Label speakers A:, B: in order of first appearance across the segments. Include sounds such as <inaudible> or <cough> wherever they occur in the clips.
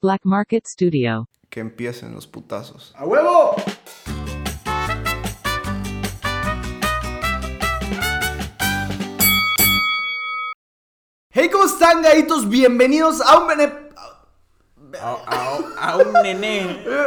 A: Black Market Studio.
B: Que empiecen los putazos.
C: Ah,
D: ¡A huevo! Hey, ¿cómo están, gaitos? Bienvenidos a un bene-
C: A, a un
D: <laughs>
C: nené.
D: Eh,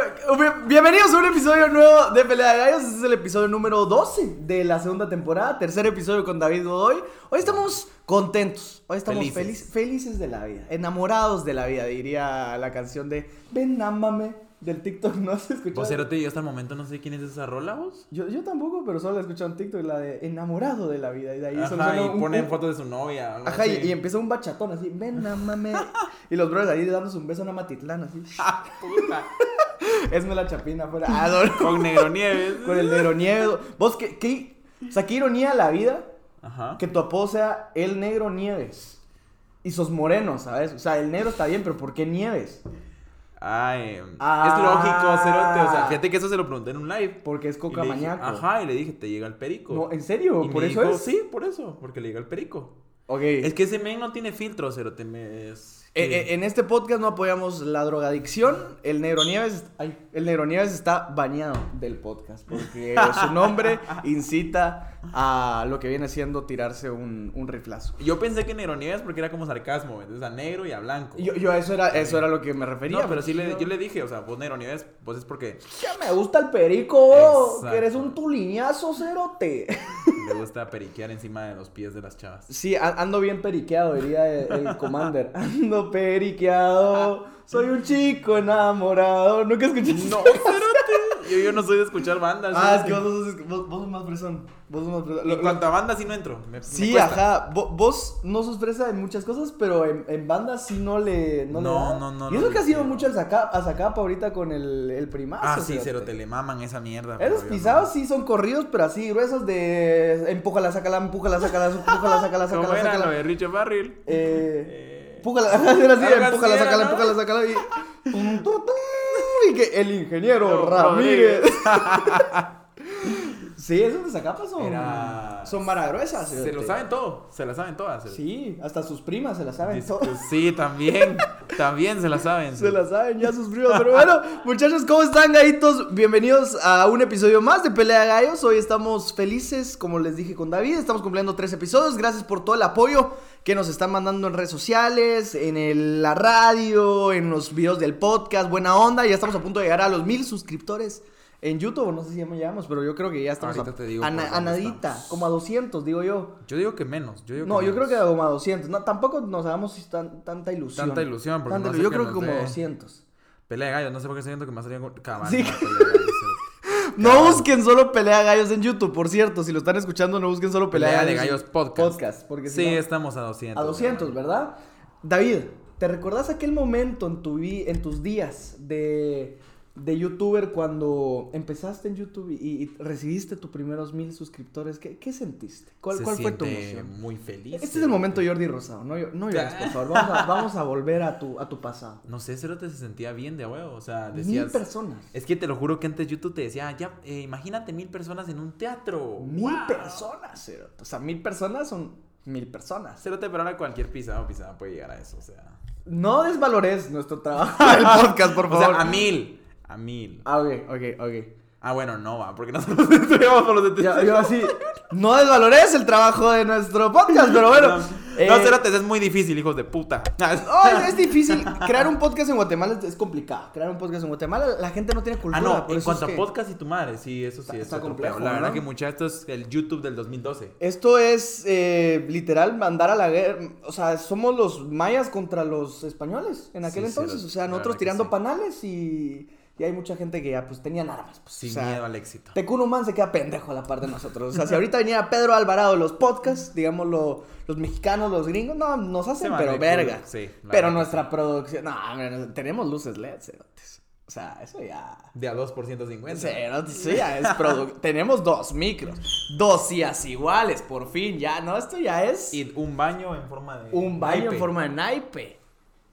D: Bienvenidos a un episodio nuevo de Pelea de Gallos. Este es el episodio número 12 de la segunda temporada. Tercer episodio con David Godoy. Hoy estamos contentos. Hoy estamos felices,
C: Felices.
D: felices de la vida. Enamorados de la vida, diría la canción de Ven, ámame del TikTok. ¿No has escuchado?
C: Vocerote, yo Pues hasta el momento no sé quién es esa rola, vos.
D: Yo, yo tampoco, pero solo la he escuchado en TikTok, la de enamorado de la vida. Y de ahí son-
C: Ajá,
D: suena
C: y
D: un-
C: ponen
D: un-
C: fotos de su novia. algo
D: Ajá, y,
C: así.
D: y empieza un bachatón así, ven, ámame. y los brothers ahí dándose un beso a una matitlana
C: <laughs>
D: así.
C: Ah,
D: <laughs>
C: puta.
D: Esme la chapina afuera. Ah, no, no.
C: Con Negro Nieves.
D: <laughs> Con el negro nieve. Vos, qué, qué. O sea, qué ironía la vida
C: Ajá.
D: que tu apodo sea el negro nieves. Y sos moreno, ¿sabes? O sea, el negro está bien, pero ¿por qué nieves?
C: Ay,
D: Ah.
C: es lógico, Cerote. O sea, fíjate que eso se lo pregunté en un live.
D: Porque es
C: Y le
D: coca
C: dije-
D: mañaco.
C: Ajá, y le dije, te llega el perico.
D: No, ¿en serio?
C: Y
D: ¿Por
C: me
D: eso
C: dijo,
D: es?
C: Sí, por eso, porque le llega el perico.
D: Ok.
C: Es que ese men no tiene filtro, Cerote. me- es
D: Eh,
C: que-
D: eh, en este podcast no apoyamos la drogadicción. El Negro Nieves, ay, el Negro Nieves está bañado del podcast
C: <laughs>
D: porque su nombre incita a lo que viene siendo tirarse un, un riflazo.
C: Yo pensé que Negro Nieves porque era como sarcasmo, entonces a negro y a blanco.
D: Yo, yo a eso era, eso era lo que me refería.
C: no, pero sí le,
D: yo-
C: yo le dije, o sea, vos Negro Nieves, vos
D: <laughs>
C: es porque
D: Ya me gusta el perico,
C: Exacto.
D: que eres un tuliñazo cerote.
C: Me gusta periquear encima de los pies de las chavas.
D: Sí, a- ando bien periqueado, diría el, el commander. <laughs> Ando periqueado, soy un chico enamorado. ¿Nunca escuchaste?
C: No, <laughs> cerote. Yo, yo no soy de escuchar bandas.
D: Ah, es
C: cerote.
D: que vos, sos- vos- vos sos más fresón. Vos sos más fresón. Lo-
C: En
D: lo-
C: cuanto a bandas sí no entro. me- me
D: sí,
C: cuesta.
D: ajá. Vo- Vos no sos fresa en muchas cosas, pero en, en banda sí no le. No, le
C: No,
D: da.
C: no, no,
D: Y
C: no
D: eso
C: le
D: que ha sido
C: quiero.
D: mucho el saca, a Zacapa ahorita con el, el primazo.
C: Ah, sí,
D: cerote.
C: cerote, le maman esa mierda. pero
D: Esos
C: yo no.
D: pisados sí son corridos, pero así gruesos de empújala, sácala, empújala, sácala, empújala, sácala,
C: ¿Cómo
D: sácala,
C: era lo
D: sácala.
C: de Richard Barril?
D: Eh,
C: Eh,
D: empújala, ajá, era <laughs> así,
C: Algo así
D: empújala,
C: era,
D: sácala,
C: ¿no?
D: empújala, sácala y tum, tum, tum, y que el ingeniero
C: Pero
D: Ramírez. <laughs> Sí, esos de Zacapa son
C: Era-
D: son maragruesas.
C: se lo saben todo, se la saben todas. cerote.
D: Sí, hasta sus primas se la saben
C: Dis-
D: todas.
C: Sí,
D: <laughs>
C: también. También se la saben.
D: Se la saben ya sus primos. Pero bueno, muchachos, ¿cómo están, gallitos? Bienvenidos a un episodio más de Pelea de Gallos. Hoy estamos felices, como les dije con David. Estamos cumpliendo tres episodios. Gracias por todo el apoyo que nos están mandando en redes sociales, en el- la radio, en los videos del podcast. Buena onda. Ya estamos a punto de llegar a los mil suscriptores. En YouTube, no sé si ya me llamamos, pero yo creo que ya estamos
C: Ahorita
D: a,
C: te digo
D: a
C: por
D: na- a
C: dónde
D: nadita,
C: estamos.
D: como a 200, digo yo.
C: Yo digo que menos. Yo digo
D: No, yo creo
C: menos.
D: que como a 200. No, tampoco nos hagamos tan- tanta ilusión.
C: Tanta ilusión, porque
D: Tanta
C: no
D: ilu-
C: sé
D: Yo
C: qué
D: creo que
C: nos
D: como
C: dé.
D: 200.
C: Pelea de gallos, no sé por qué estoy viendo que más salían con. Cabal,
D: Sí.
C: no, pelea de gallos, cerote.
D: No busquen solo Pelea de Gallos en YouTube, por cierto. Si lo están escuchando, no busquen solo <laughs> Pelea,
C: Pelea de gallos
D: en
C: podcast.
D: Podcast, porque si
C: Sí,
D: no-
C: estamos a 200.
D: a 200, ¿verdad? David, ¿te recordás aquel momento en, tu vi- en tus días de, de youtuber cuando empezaste en YouTube y, y recibiste tus primeros mil suscriptores? ¿Qué, qué sentiste? ¿Cuál,
C: Se
D: cuál fue tu
C: siente
D: emoción?
C: Muy Ah. feliz.
D: Este es el momento Jordi Rosado, no, llo- no llores, por favor. Vamos a, vamos a volver a tu, a tu pasado.
C: No sé, Cerote se sentía bien de a huevo. O sea,
D: Mil
C: <laughs> decías.
D: personas.
C: Es que te lo juro que antes YouTube te decía, ya, eh, imagínate mil personas en un teatro.
D: Mil
C: ¡Wow!
D: personas, cerote. O sea, mil personas son mil personas.
C: Cerote, pero ahora cualquier pisada o pisada puede llegar a eso. O sea,
D: No desvalores nuestro trabajo <laughs> del podcast, por
C: o
D: favor.
C: sea a mil. A mil.
D: Ah, ok, ok, ok.
C: Ah, bueno, no va, porque nosotros <laughs> estudiamos por los de
D: Yo,
C: <laughs>
D: yo así, no desvalores el trabajo de nuestro podcast, pero bueno.
C: No,
D: eh,
C: no, Cerote, es muy difícil, hijos de puta. <laughs> Ah,
D: oh, es- es difícil. Crear un podcast en Guatemala es, es complicado. Crear un podcast en Guatemala, la gente no tiene cultura.
C: Ah, no,
D: por eso
C: en
D: es
C: cuanto a
D: que-
C: podcast y tu madre, sí, eso sí
D: Está-
C: es
D: está
C: otro
D: complejo,
C: pedo. La verdad
D: ¿no?
C: que mucha, esto es el YouTube del 2012.
D: Esto es eh, literal mandar a la guerra. O sea, somos los mayas contra los españoles en aquel
C: Sí, sí,
D: entonces.
C: lo-
D: o sea,
C: la
D: nosotros
C: verdad que
D: tirando
C: sí.
D: panales y, y hay mucha gente que ya pues tenían armas. Pues,
C: Sin
D: o sea,
C: miedo al éxito.
D: Tecuno Man se queda pendejo a la par de nosotros. O sea, si ahorita viniera Pedro Alvarado de los podcasts, digámoslo, los mexicanos, los gringos, no, nos hacen,
C: Se van
D: pero
C: de
D: verga.
C: culo, sí, la
D: pero
C: verdad que
D: nuestra producción, no, hombre, tenemos luces LED, cerotes. O sea, eso ya.
C: De a 2 por 150.
D: Cerotes, eso ya es
C: <laughs>
D: produ- Tenemos dos micros, dos sillas iguales, por fin, ya, no, esto ya es
C: Y un baño en forma de.
D: un baño en
C: naipe.
D: forma de naipe.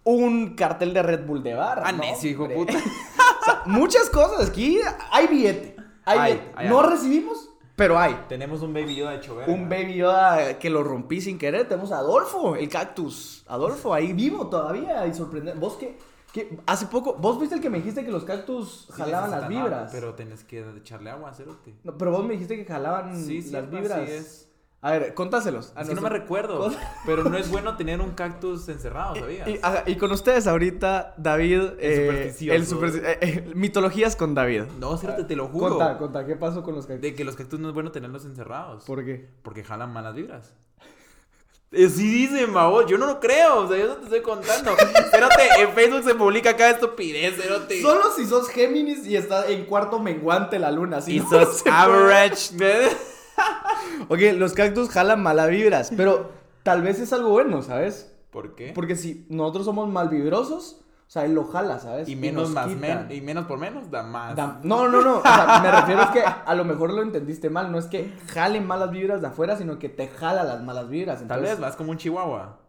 D: Un cartel de Red Bull de bar.
C: Ah,
D: ¿no,
C: necio, hijo de
D: hombre?
C: puta. <laughs>
D: O sea, <laughs> muchas cosas. Aquí hay billete. Hay,
C: Hay,
D: billete.
C: hay
D: no
C: algo.
D: recibimos, pero hay.
C: Tenemos un baby Yoda hecho verga.
D: Un baby Yoda que lo rompí sin querer. Tenemos a Adolfo, el cactus. Adolfo, ahí vivo todavía y sorprendente. ¿Vos qué? ¿Qué? Hace poco, vos fuiste el que me dijiste que los cactus
C: Sí,
D: jalaban
C: eso
D: las
C: está raro,
D: vibras.
C: Pero tenés que echarle agua, cerote.
D: No, pero vos me dijiste que jalaban
C: Sí, sí,
D: Mm, las
C: así
D: vibras.
C: es.
D: A ver, contáselos. A
C: Es que no me
D: nuestro-
C: recuerdo,
D: Con-
C: pero
D: <laughs>
C: no es bueno tener un cactus encerrado, ¿sabías?
D: Eh, Y, ajá, y con ustedes ahorita, David, eh,
C: supersticioso.
D: el supersti- eh, eh, mitologías con David.
C: No, cerote, te lo juro.
D: Contá, contá, ¿qué pasó con los cactus?
C: De que los cactus no es bueno tenerlos encerrados.
D: ¿Por qué?
C: Porque jalan malas vibras. Eh, Sí dicen, babos, yo no lo creo, o sea, yo no te
D: <laughs>
C: estoy contando. Cerote, en Facebook se publica cada estupidez, cerote.
D: Solo si sos Géminis y está en cuarto menguante la luna. Si
C: y
D: no,
C: sos
D: se puede.
C: average.
D: <laughs> Ok, los cactus jalan mala vibras, pero tal vez es algo bueno, ¿sabes?
C: ¿Por qué?
D: Porque si nosotros somos malvibrosos, o sea, él lo jala, ¿sabes?
C: y menos
D: nos
C: más
D: quita.
C: men- y menos por menos da más.
D: Da- No, no, no. O sea, me refiero es que a lo mejor lo entendiste mal. No es que jalen malas vibras de afuera, sino que te jala las malas vibras.
C: Tal
D: Entonces,
C: vez vas como un chihuahua.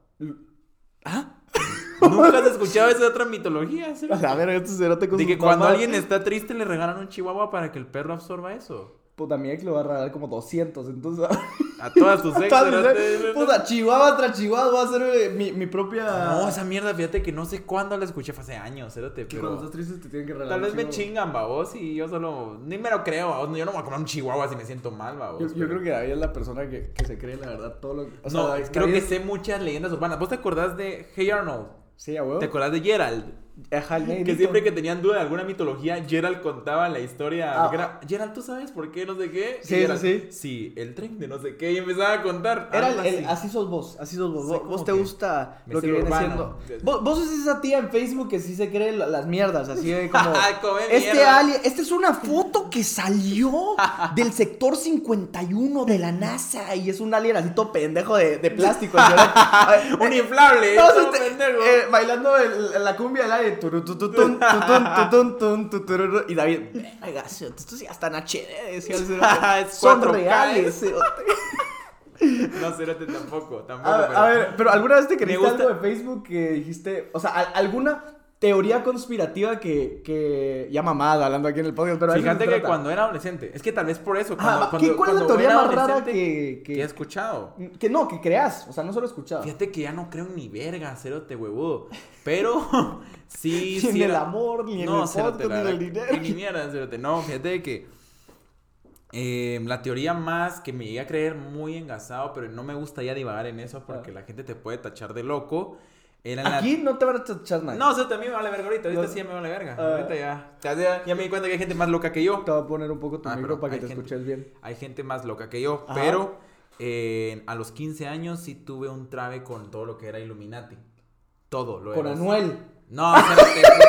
D: ¿Ah?
C: <laughs> Nunca has escuchado esa otra mitología,
D: <laughs>
C: cerote?
D: A ver, este cerote con
C: De
D: sus
C: que cuando
D: mamadas.
C: alguien está triste le regalan un chihuahua para que el perro absorba eso.
D: Puta, mi ex le va a regalar como 200,
C: <laughs>
D: entonces... <laughs>
C: A todas tus ex. cerote.
D: Puta, Chihuahua tras Chihuahua va a ser eh, mi, mi propia...
C: No, esa mierda, fíjate que no sé cuándo la escuché, fue hace años, cerote,
D: Que cuando
C: pero...
D: estás triste te tienen que regalar
C: Tal vez
D: un
C: me
D: Chihuahua.
C: chingan, babos, y yo solo... Ni me lo creo, babos. Yo no me voy a comer un chihuahua si me siento mal, babos.
D: Yo, yo creo que David es la persona que, que se cree, la verdad, todo lo que... o sea,
C: no,
D: David-
C: creo que
D: David-
C: sé muchas leyendas urbanas. ¿Vos te acordás de Hey Arnold?
D: Sí, a huevo.
C: ¿Te acordás de Gerald?
D: Ajá, el
C: <laughs> Que
D: negrito.
C: siempre que tenían duda de alguna mitología, Gerald contaba la historia.
D: Ah.
C: porque era, Gerald, ¿tú sabes por qué? No sé qué.
D: Sí,
C: Y Gerald,
D: sí, sí.
C: Sí, el tren de no sé qué. Y empezaba a contar.
D: Era el,
C: algo
D: el- así sos vos, así sos vos.
C: Soy
D: Vos,
C: como
D: vos te
C: que
D: gusta
C: me
D: lo
C: sé
D: que
C: lo
D: viene
C: urbano.
D: siendo. Vos, vos sos esa tía en Facebook que sí se cree la- las mierdas, así de como.
C: <laughs> Come
D: este
C: mierda".
D: alien, esta es una foto que salió del sector 51 de la NASA y es un alien así todo pendejo de, de plástico. el
C: <laughs>
D: señor. Ay, <laughs>
C: Un inflable.
D: todos
C: todo
D: este-
C: pendejo.
D: eh, bailando el- la cumbia del aire. Turu, tu, tu, tun, tu, tun,
C: <laughs>
D: tu, tun, tun, tu, tururu. Y David, "Verga, cerote, estos ya están HD, decía
C: <laughs>
D: el cerote.
C: Ah, Es ¿eh?
D: Son
C: 4K,
D: reales.
C: <laughs>
D: cerote".
C: No, cérate tampoco. Tampoco.
D: A,
C: pero...
D: a ver, pero ¿alguna vez te
C: me
D: creíste
C: gusta-
D: algo de Facebook que dijiste? O sea, al- ¿alguna teoría conspirativa que, que... Ya mamada hablando aquí en el podcast, pero... a eso
C: Fíjate
D: se
C: que
D: trata.
C: cuando era adolescente. Es que tal vez por eso.
D: Ajá,
C: Cuando,
D: va,
C: cuando,
D: ¿qué- ¿Cuál es la
C: cuando
D: teoría
C: era
D: más rara
C: adolescente,
D: que...
C: que he
D: Que,
C: escuchado?
D: que no, que creas. O sea, no solo escuchado.
C: Fíjate que ya no creo en ni verga, cerote huevudo. Pero <laughs> sí,
D: Ni
C: sí.
D: en el
C: era-
D: amor, ni en el
C: cerote,
D: podcast,
C: la
D: ni en el
C: verdad,
D: dinero.
C: Ni mierda, cerote. No, fíjate de que eh, la teoría más que me llegué a creer muy engasado, pero no me gusta ya divagar en eso porque
D: Ah.
C: la gente te puede tachar de loco. Era la...
D: Aquí no te van a tachar nada.
C: No, cerote, a mí me vale verga ahorita. Ahorita
D: No.
C: sí ya me vale verga.
D: Ah.
C: Ahorita ya. ya- Ya, ya me di cuenta que hay gente más loca que yo.
D: Te voy a poner un poco tu
C: Ah,
D: micro
C: pero
D: para que
C: hay
D: te
C: gente-
D: escuches bien.
C: Hay gente más loca que yo,
D: Ajá.
C: pero eh, a los 15 años sí tuve un trabe con todo lo que era Illuminati. Todo lo
D: Con
C: era.
D: Anuel.
C: No, <laughs> cérate, puta.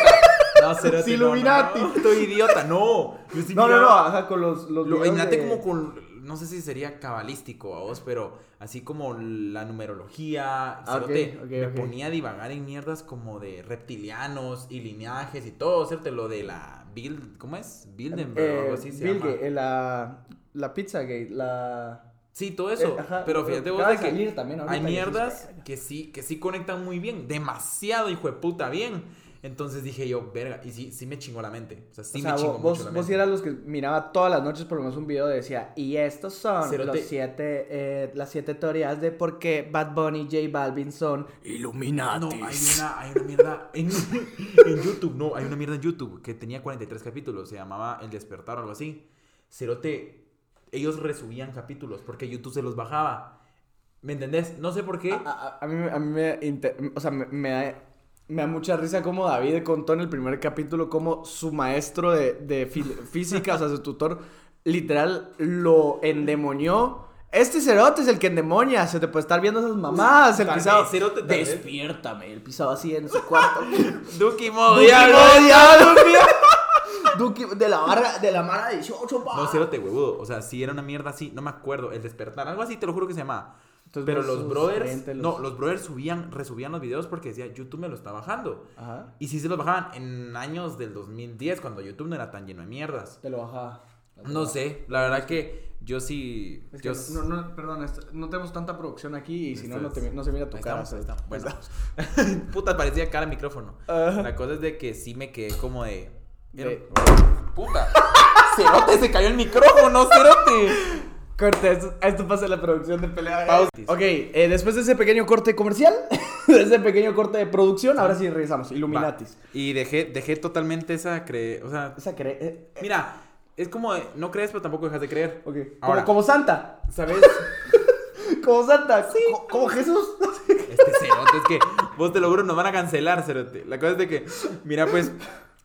C: No, cérate,
D: Sí,
C: no, no,
D: Illuminati.
C: no, estoy idiota, no. Yo sí
D: No, no, no.
C: miraba-
D: Ajá, con los... los
C: Lo-
D: videos
C: Illuminati
D: de-
C: como con, no sé si sería cabalístico a vos, pero así como la numerología,
D: Ah,
C: cérate,
D: ok, ok,
C: me
D: ok.
C: ponía a divagar en mierdas como de reptilianos y linajes y todo, cierto, lo de la Bill, ¿cómo es? Bildenberg o
D: Eh,
C: algo así se
D: Bill
C: llama.
D: Gates, eh, la... La Pizzagate, la...
C: Sí, todo eso.
D: Eh, ajá, pero
C: pero fíjate
D: acaba
C: vos de
D: de
C: que
D: salir también ahorita
C: hay
D: y decís,
C: mierdas que sí, que sí conectan muy bien. Demasiado, hijo de puta, bien. Entonces dije yo, verga, y sí, sí me chingó la mente. O sea, sí
D: o sea,
C: me chingó
D: vos,
C: mucho la
D: vos,
C: mente.
D: vos eras los que miraba todas las noches por lo menos un video de decía, y estos son
C: Cerote.
D: los siete, eh, las siete teorías de por qué Bad Bunny y J Balvin son
C: No,
D: Illuminati.
C: hay una, hay una mierda en, <laughs> en YouTube, no, hay una mierda en YouTube que tenía 43 capítulos, se llamaba El Despertar o algo así. Cerote, ellos resubían capítulos porque YouTube se los bajaba. ¿Me entendés? No sé por qué.
D: A, a- a mí, a mí me, inter- o sea, me, me da, me da mucha risa como David contó en el primer capítulo como su maestro de, de fi- física, o sea, su tutor, literal lo endemonió. Este cerote es el que endemonia, se te puede estar viendo esas mamadas, el
C: Tal
D: pisado.
C: vez, cerote, tal vez.
D: Despiértame, el pisado así en su
C: <laughs>
D: cuarto.
C: Duki Mo,
D: Duki
C: diablo.
D: Mo, diablo, mira. Duki de la barra, de la mara 18, pa.
C: No, cérate, huevudo. O sea, si era una mierda así, no me acuerdo. El despertar, algo así, te lo juro que se llamaba.
D: Entonces,
C: Pero
D: vos
C: los
D: sos
C: brothers,
D: gente de los-
C: no, los brothers subían, resubían los videos porque decía, YouTube me lo está bajando.
D: Ajá.
C: Y sí se los bajaban en años del 2010, cuando YouTube no era tan lleno de mierdas.
D: Te lo bajaba.
C: No sé, la verdad que yo sí.
D: Es que
C: yo
D: no-
C: s-
D: no, no, perdón, est- no tenemos tanta producción aquí y si no, no, te,
C: Entonces,
D: no se mira tu
C: ahí
D: cara.
C: estamos,
D: pero-
C: ahí estamos. Bueno, <laughs> puta, parecía cara al micrófono.
D: <laughs> Ajá.
C: La cosa es de que sí me quedé como de.
D: De-
C: <laughs> Puta. Cerote, se cayó el micrófono, cerote.
D: Corte, esto, esto pasa en la producción de pelea. Ok, eh, después de ese pequeño corte comercial, <laughs> de ese pequeño corte de producción, ahora sí regresamos. Illuminatis.
C: Y dejé, dejé totalmente esa cre... O sea,
D: Esa cre- eh, eh,
C: mira, es como de- no crees, pero tampoco dejas de creer.
D: ok.
C: Ahora.
D: Como, como Santa.
C: <laughs> ¿Sabes?
D: Como Santa. Co- Como Jesús. <laughs>
C: Este cerote, es que vos te lo juro, nos van a cancelar, cerote. La cosa es de que, mira, pues,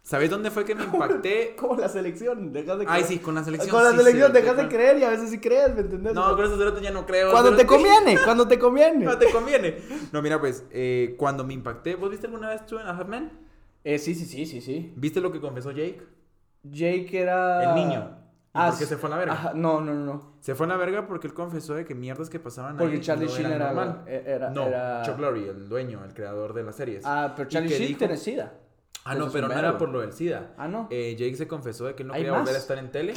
C: ¿sabes dónde fue que me impacté?
D: Como la selección. Dejas de creer.
C: Ay, sí, con la selección.
D: Con la
C: sí,
D: selección
C: cerote,
D: dejas de
C: con-
D: creer y a veces sí crees, ¿me entendés?
C: No, con esos cerotes ya no creo.
D: cuando te
C: cerote.
D: conviene, cuando te conviene.
C: <laughs> Cuando te conviene. No, mira, pues, eh, cuando me impacté, ¿vos viste alguna vez tú en Half Men?
D: Eh, sí, sí, sí, sí, sí.
C: ¿Viste lo que confesó Jake?
D: Jake era...
C: El niño. ¿Y
D: Ah,
C: por qué
D: sí.
C: se fue a la verga?
D: Ajá, no, no, no, no.
C: Se fue a la verga porque él confesó de que mierdas que pasaban
D: Porque
C: ahí
D: Charlie
C: no
D: Sheen
C: eran
D: era- e-,
C: normal.
D: era-
C: no,
D: era-
C: Chuck Lorre, el dueño, el creador de las series.
D: Ah, pero
C: Y
D: Charlie
C: que
D: Sheen
C: dijo-
D: tiene sida.
C: Ah,
D: Eso
C: no,
D: es
C: pero
D: un
C: no era
D: verbo.
C: por lo del SIDA.
D: Ah, no.
C: Eh, Jake se confesó de que él no
D: ¿Hay
C: quería volver
D: más?
C: a estar en
D: <laughs>
C: tele.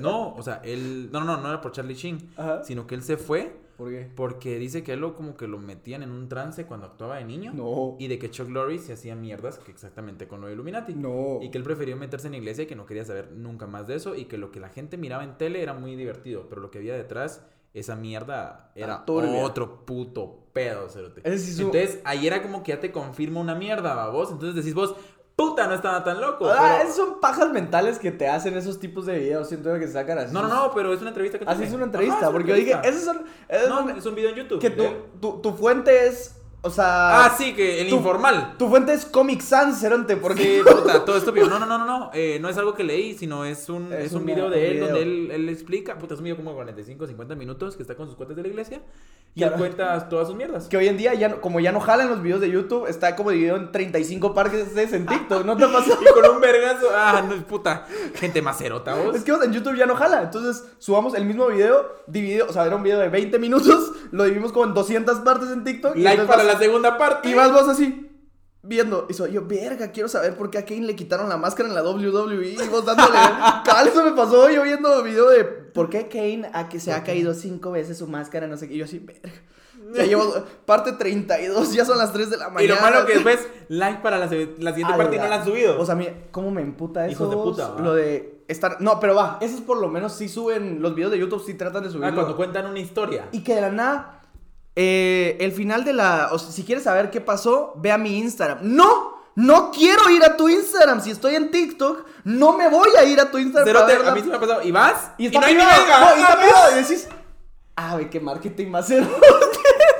C: No, o sea, él. No, no, no, no era por Charlie Sheen.
D: Ajá.
C: Sino que él se fue
D: ¿Por qué?
C: porque dice que él lo como que lo metían en un trance cuando actuaba de niño.
D: No.
C: Y de que Chuck Lorre se hacía mierdas que exactamente con lo de Illuminati.
D: No.
C: Y que él prefirió meterse en la iglesia y que no quería saber nunca más de eso. Y que lo que la gente miraba en tele era muy divertido. Pero lo que había detrás, esa mierda era
D: Ah, turbia.
C: otro puto pedo, cerote.
D: Ese sí es un-
C: Entonces, ahí era como que ya te confirma una mierda, ¿va vos. Entonces decís vos, puta, no estaba tan loco.
D: Ah,
C: pero-
D: esos son pajas mentales que te hacen esos tipos de videos, siento yo que sacan así.
C: No, no, no, pero es una entrevista que
D: Así
C: tiene.
D: Ah, es una
C: Ajá,
D: entrevista,
C: es una
D: porque yo dije,
C: entrevista.
D: esos son... esos
C: No,
D: son-
C: es un video en YouTube.
D: que
C: de
D: tu,
C: él.
D: tu, tu fuente es, o sea...
C: Ah, sí, que el
D: tu-
C: informal.
D: Tu fuente es Comic Sans, Ceronte,
C: Sí,
D: <laughs> porque...
C: puta, todo estúpido. No, no, no, no, no. eh, no es algo que leí, sino es un,
D: Es
C: es un
D: una-
C: video
D: un
C: de él
D: video.
C: donde él, él explica. Puta, es un video como de 45, 50 minutos que está con sus cuates de la iglesia y
D: Claro.
C: él cuenta todas sus mierdas.
D: Que hoy en día, ya no- como ya no jalan los videos de YouTube, está como dividido en 35 partes en TikTok, ¿no te pasa?
C: Y con un vergazo. Ah, no, puta. Gente macerota, vos.
D: Es que o sea, en YouTube ya no jala, entonces subamos el mismo video, dividido, o sea, era un video de 20 minutos, lo dividimos como en 200 partes en TikTok. y
C: Like
D: entonces
C: para
D: vas-
C: la segunda parte.
D: Y vas vos así, viendo. Y soy yo, verga, quiero saber por qué a Kane le quitaron la máscara en la WWE. Y vos
C: <laughs>
D: dándole. Cabal, eso me pasó. Yo viendo video de por qué Kane a que se ha caído cinco veces su máscara, no sé qué. Y yo así, verga. Ya llevo parte 32, ya son las 3 de la
C: Y
D: mañana.
C: lo malo que después, like para la, se- la siguiente
D: A
C: parte y
D: la-
C: no la han subido.
D: O sea, mira, ¿cómo me emputa eso?
C: Hijos de
D: vos?
C: puta, va.
D: Lo de estar. No, pero va, esos por lo menos sí suben. Los videos de YouTube sí tratan de subirlo.
C: Ah, cuando cuentan una historia.
D: Y que de la nada, eh, el final de la. O sea, si quieres saber qué pasó, ve a mi Instagram. ¡No! No quiero ir a tu Instagram. Si estoy en TikTok, no me voy a ir a tu Instagram.
C: Cerote,
D: para verla.
C: a mí se me ha pasado. ¿Y vas?
D: Y está
C: no hay ni
D: privado,
C: verga.
D: no, y está
C: Ah,
D: privado, Y decís, ah, ve qué marketing más cero.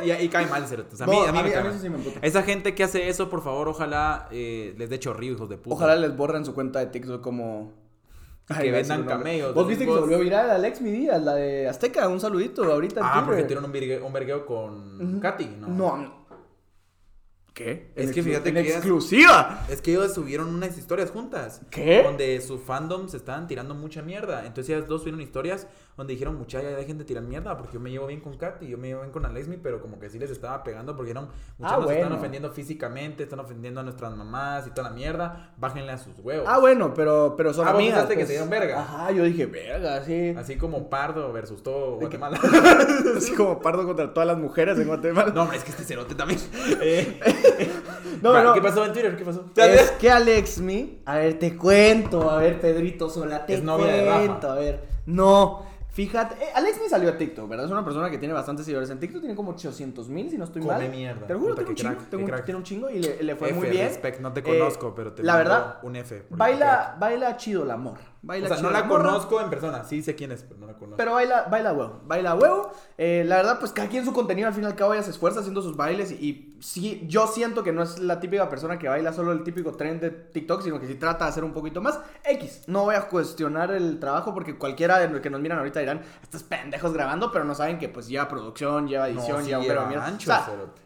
C: Y, y cae mal, cerotes. A
D: No,
C: mí, a mí,
D: a mí-
C: me cae
D: a mí
C: mal.
D: eso sí me emputa.
C: Esa gente que hace eso, por favor, ojalá eh, les dé chorrillo, hijos de puta.
D: Ojalá les borren su cuenta de TikTok como.
C: Y que
D: iba a decir
C: vendan
D: un nombre.
C: cameos,
D: Vos
C: ¿no?
D: viste que
C: Vos-
D: se volvió viral Alex Mi Díaz, la de Azteca. Un saludito ahorita. en
C: Ah, porque
D: Twitter.
C: tienen un, virgue- un vergueo con
D: Ujú.
C: Katy, ¿no?
D: No. ¿Qué?
C: Es
D: En
C: que
D: exclu-
C: fíjate
D: en
C: que ya-
D: exclusiva.
C: Es que ellos subieron unas historias juntas.
D: ¿Qué?
C: Donde su fandom se estaban tirando mucha mierda. Entonces ellas dos subieron historias donde dijeron, muchacha, ya dejen de tirar mierda porque yo me llevo bien con Katy, yo me llevo bien con Alexmi, pero como que sí les estaba pegando porque eran, muchachos nos están
D: Ah, bueno.
C: ofendiendo físicamente, están ofendiendo a nuestras mamás y toda la mierda, bájenle a sus huevos.
D: Ah, bueno, pero, pero son
C: Ah, vos
D: amigas.
C: pensaste que
D: pues.
C: se dieron verga.
D: Ajá, yo dije, verga, sí.
C: Así como Pardo versus todo
D: ¿De qué?
C: Guatemala.
D: <laughs> Así como pardo contra todas las mujeres en Guatemala. <laughs>
C: No, hombre, es que este cerote <laughs> también. Eh,
D: No,
C: va,
D: no.
C: ¿Qué pasó en Twitter? ¿Qué pasó?
D: Es que Alex Mi, a ver, te cuento, a ver, Pedrito Sola, te
C: Es novia de Rafa.
D: cuento, a ver. No, fíjate, eh, Alex Mi salió a TikTok, ¿verdad? Es una persona que tiene bastantes seguidores en TikTok, tiene como 800 mil, si no estoy
C: Come
D: mal.
C: mierda.
D: Te lo juro,
C: Puta,
D: tiene un
C: qué
D: chingo,
C: crack,
D: tengo
C: qué
D: un-
C: crack.
D: tiene un chingo y le, le fue
C: F,
D: muy bien.
C: respect, no
D: Eh,
C: te conozco, pero te
D: La
C: mando
D: verdad,
C: un F, porque
D: baila, baila chido la morra. Baila
C: O sea,
D: chido
C: no la
D: morra.
C: conozco en persona. Sí sé quién es, pero no la conozco.
D: Pero baila, baila huevo, baila huevo. Eh, la verdad, pues cada quien su contenido al fin y al cabo ella se esfuerza haciendo sus bailes. Y, y sí, yo siento que no es la típica persona que baila solo el típico tren de TikTok, sino que sí trata de hacer un poquito más. X, no voy a cuestionar el trabajo porque cualquiera de los que nos miran ahorita dirán, estos pendejos grabando, pero no saben que pues lleva producción, lleva
C: No,
D: edición,
C: sí
D: lleva un
C: lleva
D: verbo de mierda.
C: ancho,
D: O sea,
C: cerote.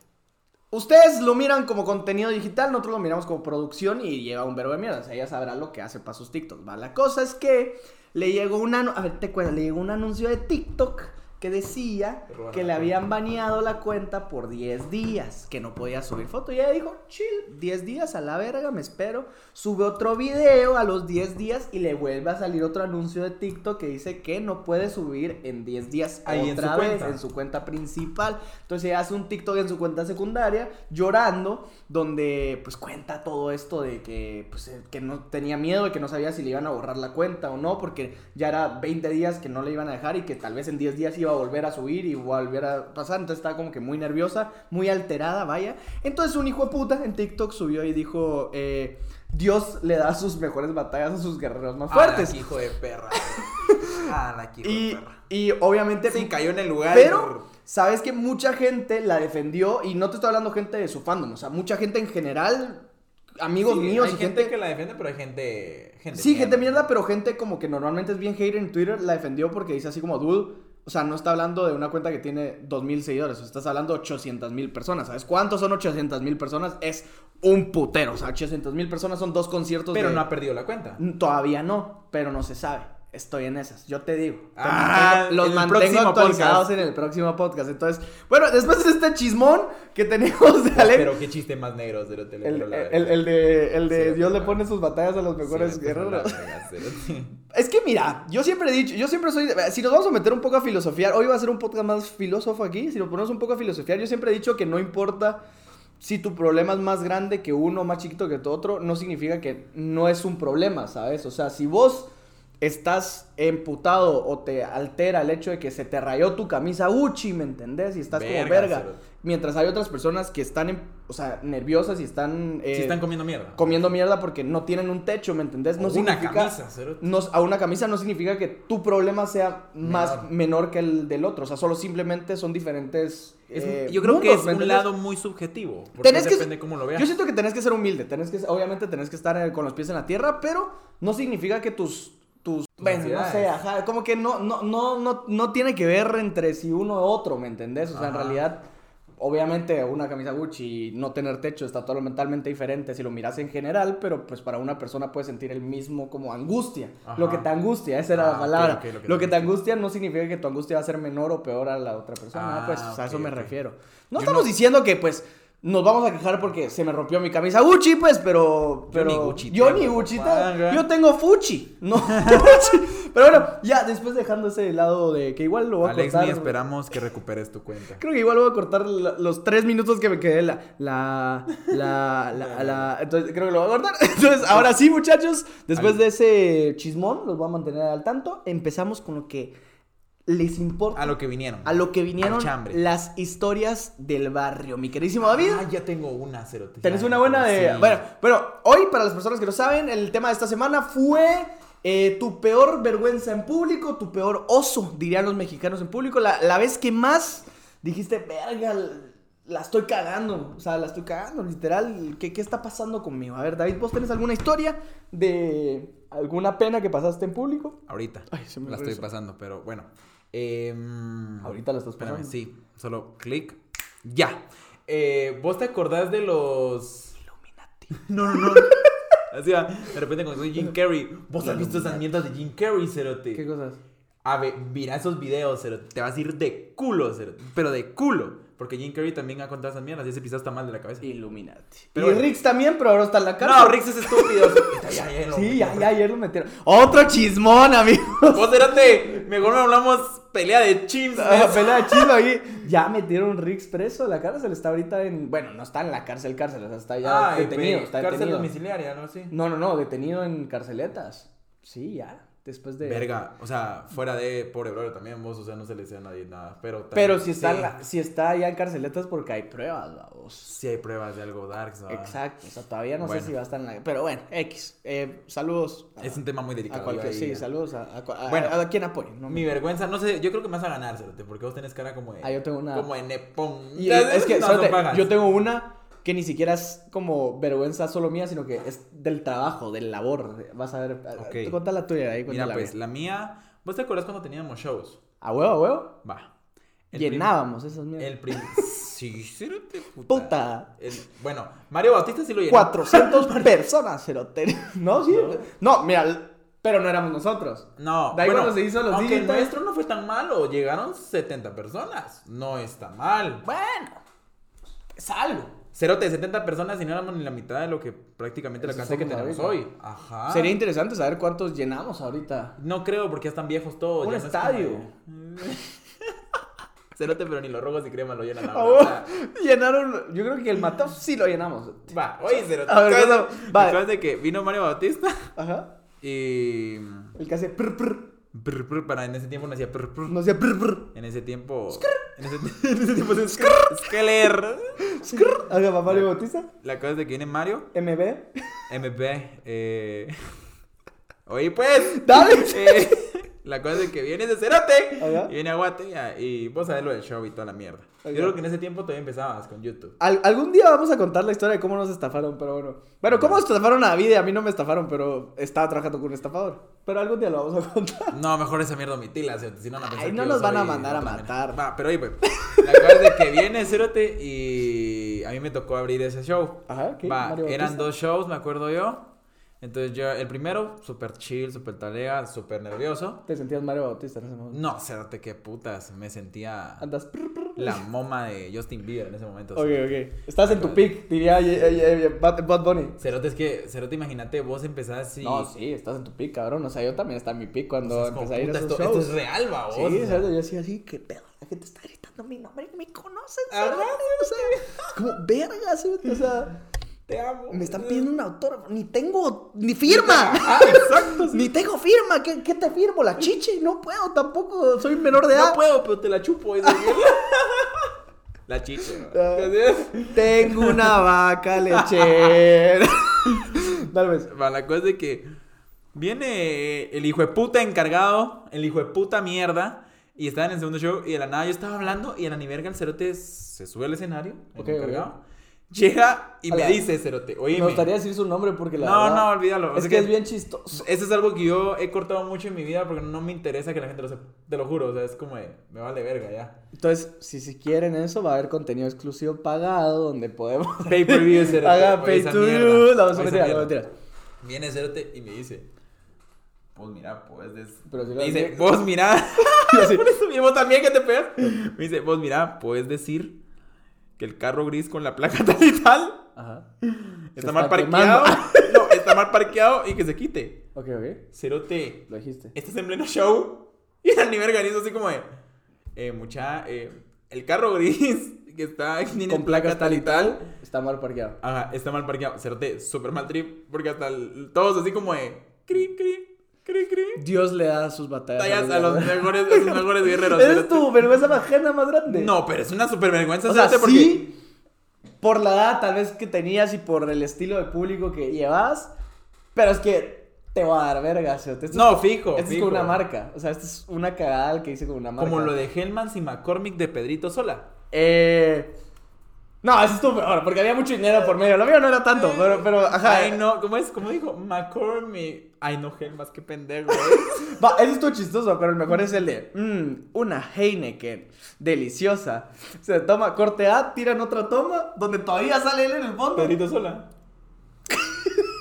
D: Ustedes lo miran como contenido digital, nosotros lo miramos como producción y lleva un verbo de mierda. O sea, ella sabrá lo que hace para sus TikToks, ¿va? La cosa es que le llegó un anuncio. A ver, te cuento, le llegó un anuncio de TikTok que decía
C: Robaron
D: que
C: la
D: le habían
C: cuenta.
D: baneado la cuenta por 10 días, que no podía subir foto. Y ella dijo, chill, 10 días a la verga, me espero. Sube otro video a los 10 días y le vuelve a salir otro anuncio de TikTok que dice que no puede subir en 10 días
C: Ahí en
D: otra
C: su
D: vez
C: cuenta.
D: en su cuenta principal. Entonces ella hace un TikTok en su cuenta secundaria llorando, donde pues cuenta todo esto de que pues eh, que no tenía miedo y que no sabía si le iban a borrar la cuenta o no, porque ya era 20 días que no le iban a dejar y que tal vez en 10 días iba a volver a subir y volver a pasar. Entonces estaba como que muy nerviosa, muy alterada, vaya. Entonces un hijo de puta en TikTok subió y dijo, eh, Dios le da sus mejores batallas a sus guerreros más fuertes.
C: Ah, la hijo de <laughs> perra. Ah, la hijo de
D: Y,
C: perra.
D: y obviamente
C: Se cayó en el lugar.
D: pero sabes que mucha gente la defendió y no te estoy hablando gente de su fandom, o sea, mucha gente en general, amigos
C: Sí,
D: míos
C: Hay
D: y
C: gente,
D: gente,
C: que la defiende, pero hay gente. gente
D: Sí, gente mierda, pero gente como que normalmente es bien hater en Twitter la defendió porque dice así como dude, o sea, no está hablando de una cuenta que tiene 2000 seguidores, estás hablando de 800 mil personas, ¿sabes cuántos son 800 mil personas? Es un putero, o sea, 800 mil personas son dos conciertos
C: Pero
D: de-
C: no ha perdido la cuenta. <laughs>
D: Todavía no, pero no se sabe. Estoy en esas, yo te digo. Te
C: Ah,
D: mantengo- los
C: en el
D: mantengo
C: próximo
D: actualizados
C: podcast.
D: en el próximo podcast. Entonces, bueno, después de este chismón que tenemos de Alex.
C: Pero qué chiste más negro de lo
D: el, el- el de, el de
C: Sí,
D: Dios le
C: pero-
D: pone sus batallas a los mejores guerreros.
C: <laughs>
D: Es que mira, yo siempre he dicho, yo siempre soy, de- eh, si nos vamos a meter un poco a filosofiar, hoy va a ser un podcast más filósofo aquí, si nos ponemos un poco a filosofiar, yo siempre he dicho que no importa si tu problema es más grande que uno, más chiquito que tu otro, no significa que no es un problema, ¿sabes? O sea, si vos estás emputado o te altera el hecho de que se te rayó tu camisa Gucci, ¿me entendés? Y estás como
C: Verga,
D: verga.
C: cerote.
D: Mientras hay otras personas que están, en- o sea, nerviosas y están... eh,
C: Si están comiendo mierda.
D: comiendo mierda porque no tienen un techo, ¿me entendés? No
C: O una
D: significa-
C: camisa, cerote.
D: no- a una camisa no significa que tu problema sea más
C: Menor.
D: menor que el del otro. O sea, solo simplemente son diferentes.
C: Es-
D: eh,
C: yo creo que
D: mundos,
C: es
D: ¿me
C: un
D: entendés?
C: lado muy subjetivo. Porque
D: Tenés que-
C: depende cómo lo veas.
D: Yo siento que tenés que ser humilde. Tenés que, obviamente tenés que estar eh, con los pies en la tierra, pero no significa que tus. tus bueno, no sé,
C: ansiedades.
D: ajá. Como que no, no, no, no, no tiene que ver entre si uno u otro, ¿me entendés? O sea, en
C: Ajá.
D: realidad. Obviamente una camisa Gucci y no tener techo está totalmente diferente si lo miras en general, pero pues para una persona puede sentir el mismo como angustia, lo
C: Ajá.
D: que te angustia, esa era
C: Ah,
D: la
C: ok,
D: palabra.
C: ok,
D: lo que, te angustia no significa que tu angustia va a ser menor o peor a la otra persona,
C: Ah,
D: pues o sea, a eso
C: ok,
D: me
C: ok.
D: refiero. No
C: Yo
D: estamos
C: no-
D: diciendo que pues nos vamos a quejar porque se me rompió mi camisa Gucci, pues, pero pero
C: ni Gucci
D: yo
C: tengo,
D: ni Gucci
C: papá.
D: tengo. yo tengo Fuchi, no <laughs> Gucci. Pero bueno, ya después dejando ese lado de que igual lo voy a
C: Alex,
D: cortar.
C: ni esperamos que recuperes tu cuenta.
D: Creo que igual voy a cortar la- los tres minutos que me quedé la, la, la, la, la- Entonces creo que lo voy a cortar. <laughs> Entonces, ahora sí, muchachos, después de ese chismón, los voy a mantener al tanto. Empezamos con lo que les importa,
C: A lo que vinieron.
D: a lo que vinieron
C: al chambre.
D: las historias del barrio. Mi queridísimo David,
C: Ah, ya tengo una, cerote.
D: tenés
C: Ya,
D: una buena de...
C: sí.
D: Bueno, bueno, hoy para las personas que no saben, el tema de esta semana fue... eh, tu peor vergüenza en público, tu peor oso, dirían los mexicanos en público, la, la vez que más dijiste, verga, l- la estoy cagando, o sea, la estoy cagando, literal, ¿qué, qué está pasando conmigo? A ver, David, ¿vos tenés alguna historia de alguna pena que pasaste en público?
C: Ahorita.
D: Ay, se me
C: la
D: regresó.
C: estoy pasando, pero bueno. Em,
D: Ahorita la estás
C: espérame,
D: pasando.
C: sí. Solo clic. Ya. Eh, ¿Vos te acordás de los. <laughs> No,
D: <laughs>
C: no, no. Así va. De repente cuando soy Jim Carrey. ¿Vos has visto esas mierdas de Jim Carrey, Cerote?
D: ¿Qué cosas?
C: A ver, mira esos videos, cerote, te vas a ir de culo, cerote, pero de culo. Porque Jim Carrey también ha contado esas mierdas y ese pisado está mal de la cabeza.
D: Illuminati.
C: Pero
D: y
C: bueno.
D: Rix también, pero ahora está en la cara.
C: No, Rix es estúpido. cerote. Ya, ya, ya lo
D: Sí,
C: metí,
D: ya,
C: hombre.
D: ya ayer lo metieron. Otro chismón, amigo.
C: Vos, cerote, mejor no hablamos pelea de chips.
D: Ah, pelea chido ahí. Ya metieron Rix preso a la cárcel. Está ahorita en. Bueno, no está en la cárcel, cárcel. o sea, está ya detenido. Está
C: cárcel
D: detenido.
C: domiciliaria, ¿no? Sí.
D: No, no, no. Detenido en carceletas. Sí, ya. Después de.
C: Verga, o sea, fuera de pobre brother también vos, o sea, no se le decía a nadie nada, pero también-
D: Pero si está,
C: sí,
D: en la- si está ya en carceletas porque hay pruebas, vamos.
C: sí hay pruebas de algo darks, ¿no?
D: Exacto. O sea, todavía no
C: Ah. Bueno.
D: sé si va a estar en la. Pero bueno, X. Eh, saludos. a-
C: Es un tema muy delicado.
D: A cualquier,
C: yo
D: sí,
C: ahí-
D: saludos a, a, a-
C: Bueno.
D: a quien apoye. No
C: Mi vergüenza, no sé, yo creo que me vas a ganar, Cerote, porque vos tenés cara como de.
D: Ah, yo tengo una-
C: Como de nepón.
D: Y es que,
C: No,
D: espérate,
C: no pagas.
D: yo tengo una que ni siquiera es como vergüenza solo mía, sino que es del trabajo, del labor. Vas a ver.
C: Ok.
D: Cuenta la tuya ahí, cuenta
C: Mira,
D: la
C: pues,
D: mía.
C: la mía. ¿Vos te acuerdas cuando teníamos shows?
D: A huevo, a huevo.
C: Va.
D: Llenábamos esas
C: prim-
D: mierdas.
C: El
D: <laughs>
C: prim... sí, Cerote, puta.
D: Puta.
C: El- Bueno, <laughs> Mario Bautista sí lo llenó.
D: <laughs> 400 personas, cerote. No, sí. No, mira, l- Pero no éramos nosotros.
C: No,
D: De ahí cuando se hizo los
C: aunque el
D: digital.
C: nuestro no fue tan malo, llegaron 70 personas, no está mal. Bueno, es algo. Cerote de 70 personas y no éramos ni la mitad de lo que prácticamente la
D: Eso
C: alcance que
D: somos
C: tenemos
D: ahorita.
C: hoy. Ajá.
D: Sería interesante saber cuántos llenamos ahorita.
C: No creo porque ya están viejos todos.
D: Un
C: ya no es como-
D: estadio.
C: Cerote, pero ni los rojos y crema lo
D: <laughs>
C: llenan
D: Ah,
C: ahora. O sea,
D: vos, llenaron. Yo creo que el matado sí lo llenamos.
C: Va, oye, Cerote.
D: A ver,
C: ¿sabes-
D: cuéntame, va.
C: ¿sabes de que vino Mario Bautista
D: Ajá.
C: y. <laughs>
D: El que hace prr, prr,
C: prr, prr, para en ese tiempo no hacía prr, prr.
D: No hacía prr, prr,
C: En ese tiempo. En ese, <laughs> en ese tiempo se Skeller.
D: skrr. Haga papá Mario Bautista.
C: La cosa es de que viene Mario,
D: MB.
C: MP. Eh... <laughs> Oye, pues.
D: Dale.
C: Eh, la cosa es que viene de Cerote.
D: Ajá.
C: Y viene Aguate. ya, Y vos sabés lo del show y toda la mierda.
D: Ajá.
C: Yo creo que en ese tiempo todavía empezabas con YouTube.
D: Al- algún día vamos a contar la historia de cómo nos estafaron, pero bueno. Bueno, cómo estafaron a David y a mí no me estafaron, pero estaba trabajando con un estafador. Pero algún día lo vamos a contar.
C: No, mejor esa mierda omitila. Cerote, Si no, van a pensar
D: Ay,
C: que
D: no
C: yo
D: nos van a
C: soy
D: mandar a
C: otra manera.
D: matar.
C: Va, pero oye, pues. La cosa es de que viene Cerote y a mí me tocó abrir ese show.
D: Ajá, ¿qué?
C: Va,
D: Ah, Mario
C: eran
D: Bautista.
C: dos shows, me acuerdo yo. Entonces yo, el primero, súper chill, súper tarea, súper nervioso.
D: Te sentías Mario Bautista en ese momento.
C: No, cérate qué putas, me sentía
D: Andas prr, prr.
C: la moma de Justin Bieber en ese momento.
D: Ok, ok. Estás en tu pick, diría eh, eh, eh, Bad Bad Bunny.
C: Cerote, es que, Cerote, imagínate, vos empezás y...
D: No, sí, estás en tu pick, cabrón. O sea, yo también estaba en mi pick
C: o
D: cuando
C: sea, es como,
D: empecé a ir a
C: puta,
D: esos
C: esto, esto
D: shows.
C: es real, va, vos.
D: sí,
C: O sea,
D: ¿sabes? yo decía así, qué pedo, la gente está gritando mi nombre, me conocen,
C: Ajá,
D: ¿sabes? O sea, como vergas, o sea,
C: te amo.
D: me
C: <laughs>
D: están pidiendo un autógrafo, ni tengo, ni firma.
C: Ah, exacto,
D: <laughs> Ni tengo firma, ¿Qué, qué te firmo? La chiche, no puedo tampoco, soy menor de edad.
C: No puedo, pero te la chupo. esa mierda. la chicha. ¿no?
D: Ah. <laughs>
C: Entonces,
D: Tengo una vaca lechera.
C: <laughs>
D: Tal vez.
C: Va, la cosa es que viene el hijo de puta encargado, el hijo de puta mierda, y estaba en el segundo show, y de la nada yo estaba hablando, y a la nivel el cerote se sube al escenario, el
D: Ok,
C: encargado, llega y me
D: Hola.
C: dice cerote, oye,
D: Me gustaría decir su nombre porque la
C: No,
D: verdad
C: no, olvídalo,
D: Es
C: es
D: que,
C: que-
D: es bien chistoso.
C: eso es algo que yo he cortado mucho en mi vida porque no me interesa que la gente lo sepa, te lo juro, o sea, es como, de, me vale verga ya.
D: Entonces, si, si quieren eso, va a haber contenido exclusivo pagado donde <laughs> podemos...
C: Pay per view cerote.
D: Haga
C: oye,
D: pay
C: esa
D: to
C: mierda,
D: you. La vamos a
C: oye, esa
D: meter, la
C: mierda.
D: vamos a meter.
C: Viene cerote y me dice, pues mira, pues... es-
D: Pero si lo
C: Me dice,
D: haces-
C: vos mirá. <laughs>
D: <laughs> Yo así,
C: Por eso mismo también que te pegas. Me dice, vos mirá, puedes decir que el carro gris con la placa <laughs> tal y tal
D: Ajá. Se
C: está mal
D: está
C: parqueado.
D: <laughs>
C: No, está mal parqueado y que se quite.
D: Ok, ok.
C: Cerote,
D: Lo dijiste.
C: estás en pleno show. <laughs> Y el nivel organizo así como de, eh, mucha, eh, el carro gris <laughs> que está tiene
D: Con
C: placa
D: placas
C: tal y tal.
D: Está mal parqueado.
C: Ajá, está mal parqueado. Cerote, súper mal trip. Porque hasta el- todos así como de, cri, cri, cri, cri.
D: Dios le da sus batallas.
C: Tallas a
D: la
C: los
D: vida.
C: mejores, a sus mejores guerreros.
D: Eres
C: cerote.
D: tu vergüenza ajena más grande.
C: No, pero es una super vergüenza.
D: O sea,
C: porque...
D: sí, por la edad tal vez que tenías y por el estilo de público que llevas, pero es que te va a dar verga, o sea, esto es-
C: No, fijo.
D: esto es
C: fijo.
D: con una marca, o sea, esto es una cagada que hice con una marca.
C: Como lo de Hellman y McCormick de Pedrito Sola.
D: Eh... No, eso estuvo peor, porque había mucho dinero por medio, lo mío no era tanto, pero, pero ajá.
C: Mm. Ay, no, ¿cómo es? ¿Cómo dijo? McCormick. Ay, no, Hellman, qué pendejo.
D: <laughs>
C: ¿eh?
D: Va, eso estuvo chistoso, pero el mejor es el de "Mm, una Heineken, deliciosa. Se toma, corte A, tiran otra toma, donde todavía sale él en el fondo. <laughs>
C: Pedrito Sola.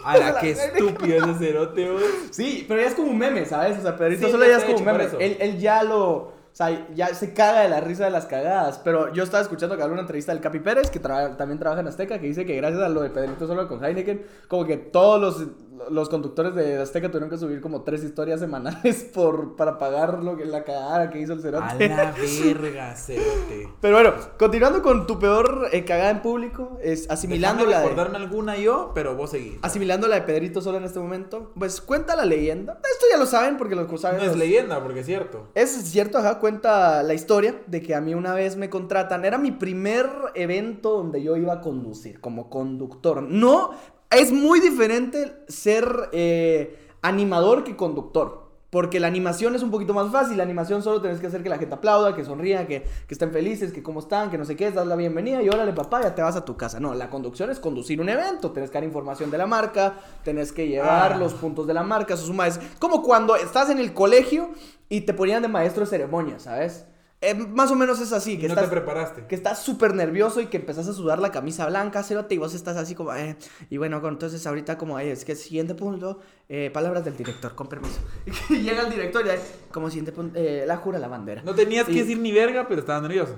C: Ala, qué estúpido ese cerote, güey.
D: Sí, pero ya es como un meme, ¿sabes? O sea, Pedrito
C: Sí,
D: solo
C: ya
D: ya es
C: está
D: como un
C: hecho
D: meme.
C: para
D: Él,
C: eso.
D: él ya lo. O sea, ya se caga de la risa de las cagadas. Pero yo estaba escuchando que había una entrevista del Capi Pérez, que tra- también trabaja en Azteca, que dice que gracias a lo de Pedrito solo con Heineken, como que todos los, los conductores de Azteca tuvieron que subir como tres historias semanales <laughs> por, para pagar lo que, la cagada que hizo el
C: A
D: cerote.
C: la verga, cerote.
D: <laughs> Pero bueno, continuando con tu peor eh, cagada en público, es asimilando
C: Déjame
D: la de-
C: recordarme alguna yo, pero vos seguís.
D: Asimilando la de Pedrito solo en este momento, pues cuenta la leyenda. Esto ya lo saben porque lo saben.
C: No es
D: los-
C: leyenda, porque es cierto.
D: Es cierto, ajá, cuenta la historia de que a mí una vez me contratan. Era mi primer evento donde yo iba a conducir como conductor. No, es muy diferente ser eh, animador que conductor. Porque la animación es un poquito más fácil. La animación solo tenés que hacer que la gente aplauda, que sonría, que, que estén felices, que cómo están, que no sé qué, das la bienvenida y órale, papá, ya te vas a tu casa. No, la conducción es conducir un evento. Tenés que dar información de la marca, tenés que llevar
C: Ah.
D: los puntos de la marca, su suma es como cuando estás en el colegio y te ponían de maestro de ceremonia, ¿sabes? Eh, más o menos es así, que
C: no
D: estás...
C: te preparaste.
D: Que estás súper nervioso y que empezás a sudar la camisa blanca, cerote, y vos estás así como, eh, y bueno, con- entonces ahorita como, eh, es que siguiente punto, eh, palabras del director, con permiso. <laughs> Y llega el director y, eh, como siguiente punto, eh, la jura la bandera.
C: No tenías que
D: Y-
C: decir ni verga, pero estabas nervioso.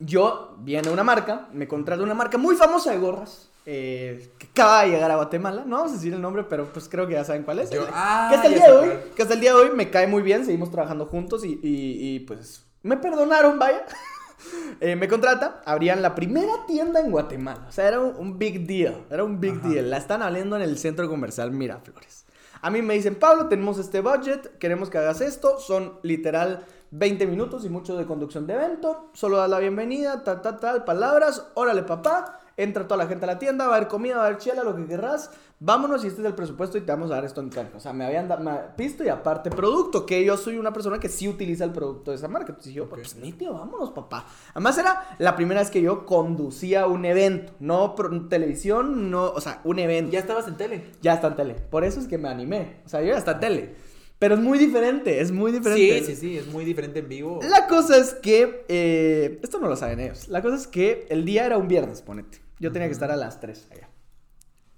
D: Yo viene una marca, me contrata una marca muy famosa de gorras. eh, que acaba de llegar a Guatemala, no vamos a decir el nombre, pero pues creo que ya saben cuál es.
C: Yo-
D: Que
C: ah,
D: hasta el
C: ya
D: día
C: sé
D: de hoy,
C: cuál.
D: que hasta el día de hoy me cae muy bien, seguimos trabajando juntos y, y- y, pues me perdonaron, vaya. Eh, me contrata, abrían la primera tienda en Guatemala. O sea, era un, un big deal, era un big
C: Ajá.
D: deal. La están abriendo en el centro comercial Miraflores. A mí me dicen, Pablo, tenemos este budget, queremos que hagas esto. Son literal 20 minutos y mucho de conducción de evento. Solo das la bienvenida, tal, tal, tal, palabras. Órale, papá. Entra toda la gente a la tienda, va a haber comida, va a haber chela, lo que querrás. Vámonos y este es el presupuesto y te vamos a dar esto en cambio. O sea, me habían da- me- visto y aparte producto, que yo soy una persona que sí utiliza el producto de esa marca. Entonces yo, pues ni tío, vámonos, papá. Además era la primera vez que yo conducía un evento, no pro- televisión, no, o sea, un evento.
C: Ya estabas en tele.
D: Ya está en tele. Por eso es que me animé. O sea, yo ya está en tele. Pero es muy diferente, es muy diferente.
C: Sí, sí, sí, es muy diferente en vivo.
D: La cosa es que, eh, esto no lo saben ellos, la cosa es que el día era un viernes, ponete. Yo tenía que estar a las 3 allá.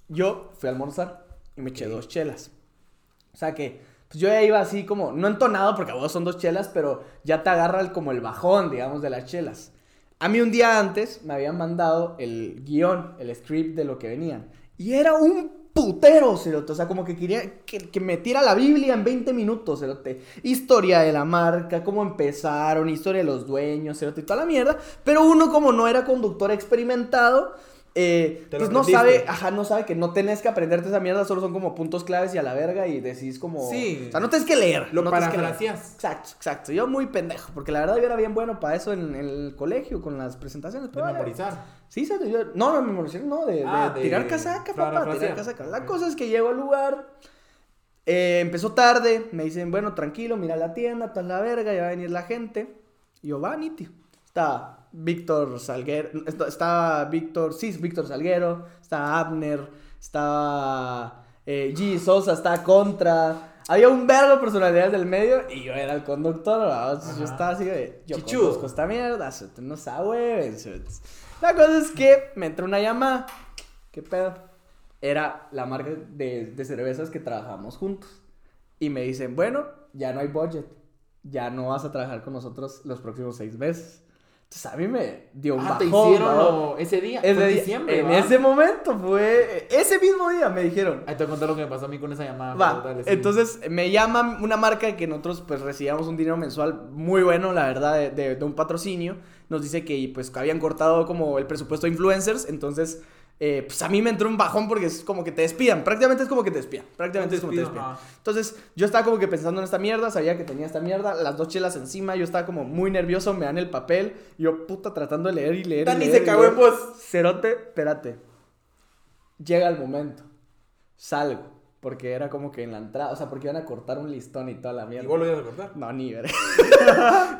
D: Yo fui a almorzar y me eché dos chelas. O sea que, pues yo ya iba así como, no entonado porque a vos son dos chelas, pero ya te agarra el- como el bajón, digamos, de las chelas. A mí un día antes me habían mandado el guión, el script de lo que venían. Y era un putero, cerote. O sea, como que quería que, que metiera la Biblia en 20 minutos, cerote. Historia de la marca, cómo empezaron, historia de los dueños, cerote, y toda la mierda. Pero uno como no era conductor experimentado, eh,
C: Te lo
D: pues no
C: aprendiste.
D: sabe, ajá, no sabe que no tenés que aprenderte esa mierda, solo son como puntos claves y a la verga y decís como...
C: Sí.
D: O sea, no tenés que leer.
C: Lo
D: no tenés que leer.
C: parafraseas.
D: Exacto, exacto. Yo muy pendejo, porque la verdad yo era bien bueno para eso en, en el colegio, con las presentaciones.
C: De
D: pero vale.
C: memorizar.
D: Sí, se- yo- no, no memorización, no, de, de
C: Ah, de-
D: tirar casaca, papá, tirar
C: parafrasear.
D: casaca. La
C: Ok.
D: cosa es que llego al lugar, eh, empezó tarde, me dicen, bueno, tranquilo, mira la tienda, tal la verga, ya va a venir la gente. Y yo, va, nitio. Está Víctor Salguero, está- está Víctor, sí, es Víctor Salguero, está Abner, está eh, G. Sosa, está Contra. Había un verbo de personalidades del medio y yo era el conductor, ¿verdad? Entonces, yo
C: Ajá.
D: estaba así de, yo
C: Chichu.
D: conduzco esta mierda, suerte, no se ahueven, suerte. La cosa es que me entró una llamada, ¿qué pedo? Era la marca de, de cervezas que trabajamos juntos. Y me dicen, bueno, ya no hay budget. Ya no vas a trabajar con nosotros los próximos seis meses. Entonces a mí me dio un
C: Ah, te
D: bajón,
C: hicieron
D: ¿no?
C: lo- ese día.
D: Ese
C: fue en
D: día-
C: diciembre.
D: en
C: ¿va?
D: ese momento fue... Ese mismo día me dijeron.
C: Ahí te voy a contar lo que me pasó a mí con esa llamada.
D: Va,
C: pero dale, sí.
D: entonces me llama una marca que nosotros pues recibíamos un dinero mensual muy bueno, la verdad, de, de- de un patrocinio. Nos dice que pues que habían cortado como el presupuesto de influencers, entonces eh, pues a mí me entró un bajón porque es como que te despidan, prácticamente es como que te despidan, prácticamente es como que te
C: Despido,
D: despidan.
C: ajá.
D: Entonces, yo estaba como que pensando en esta mierda, sabía que tenía esta mierda, las dos chelas encima, yo estaba como muy nervioso, me dan el papel, yo puta tratando de leer y leer. y
C: Dani
D: leer
C: se
D: y
C: cagó en
D: leer.
C: vos.
D: Cerote, espérate. Llega el momento. Salgo, porque era como que en la entrada, o sea, porque iban a cortar un listón y toda la mierda.
C: ¿Y vos lo ibas a cortar?
D: No, ni ver. <laughs>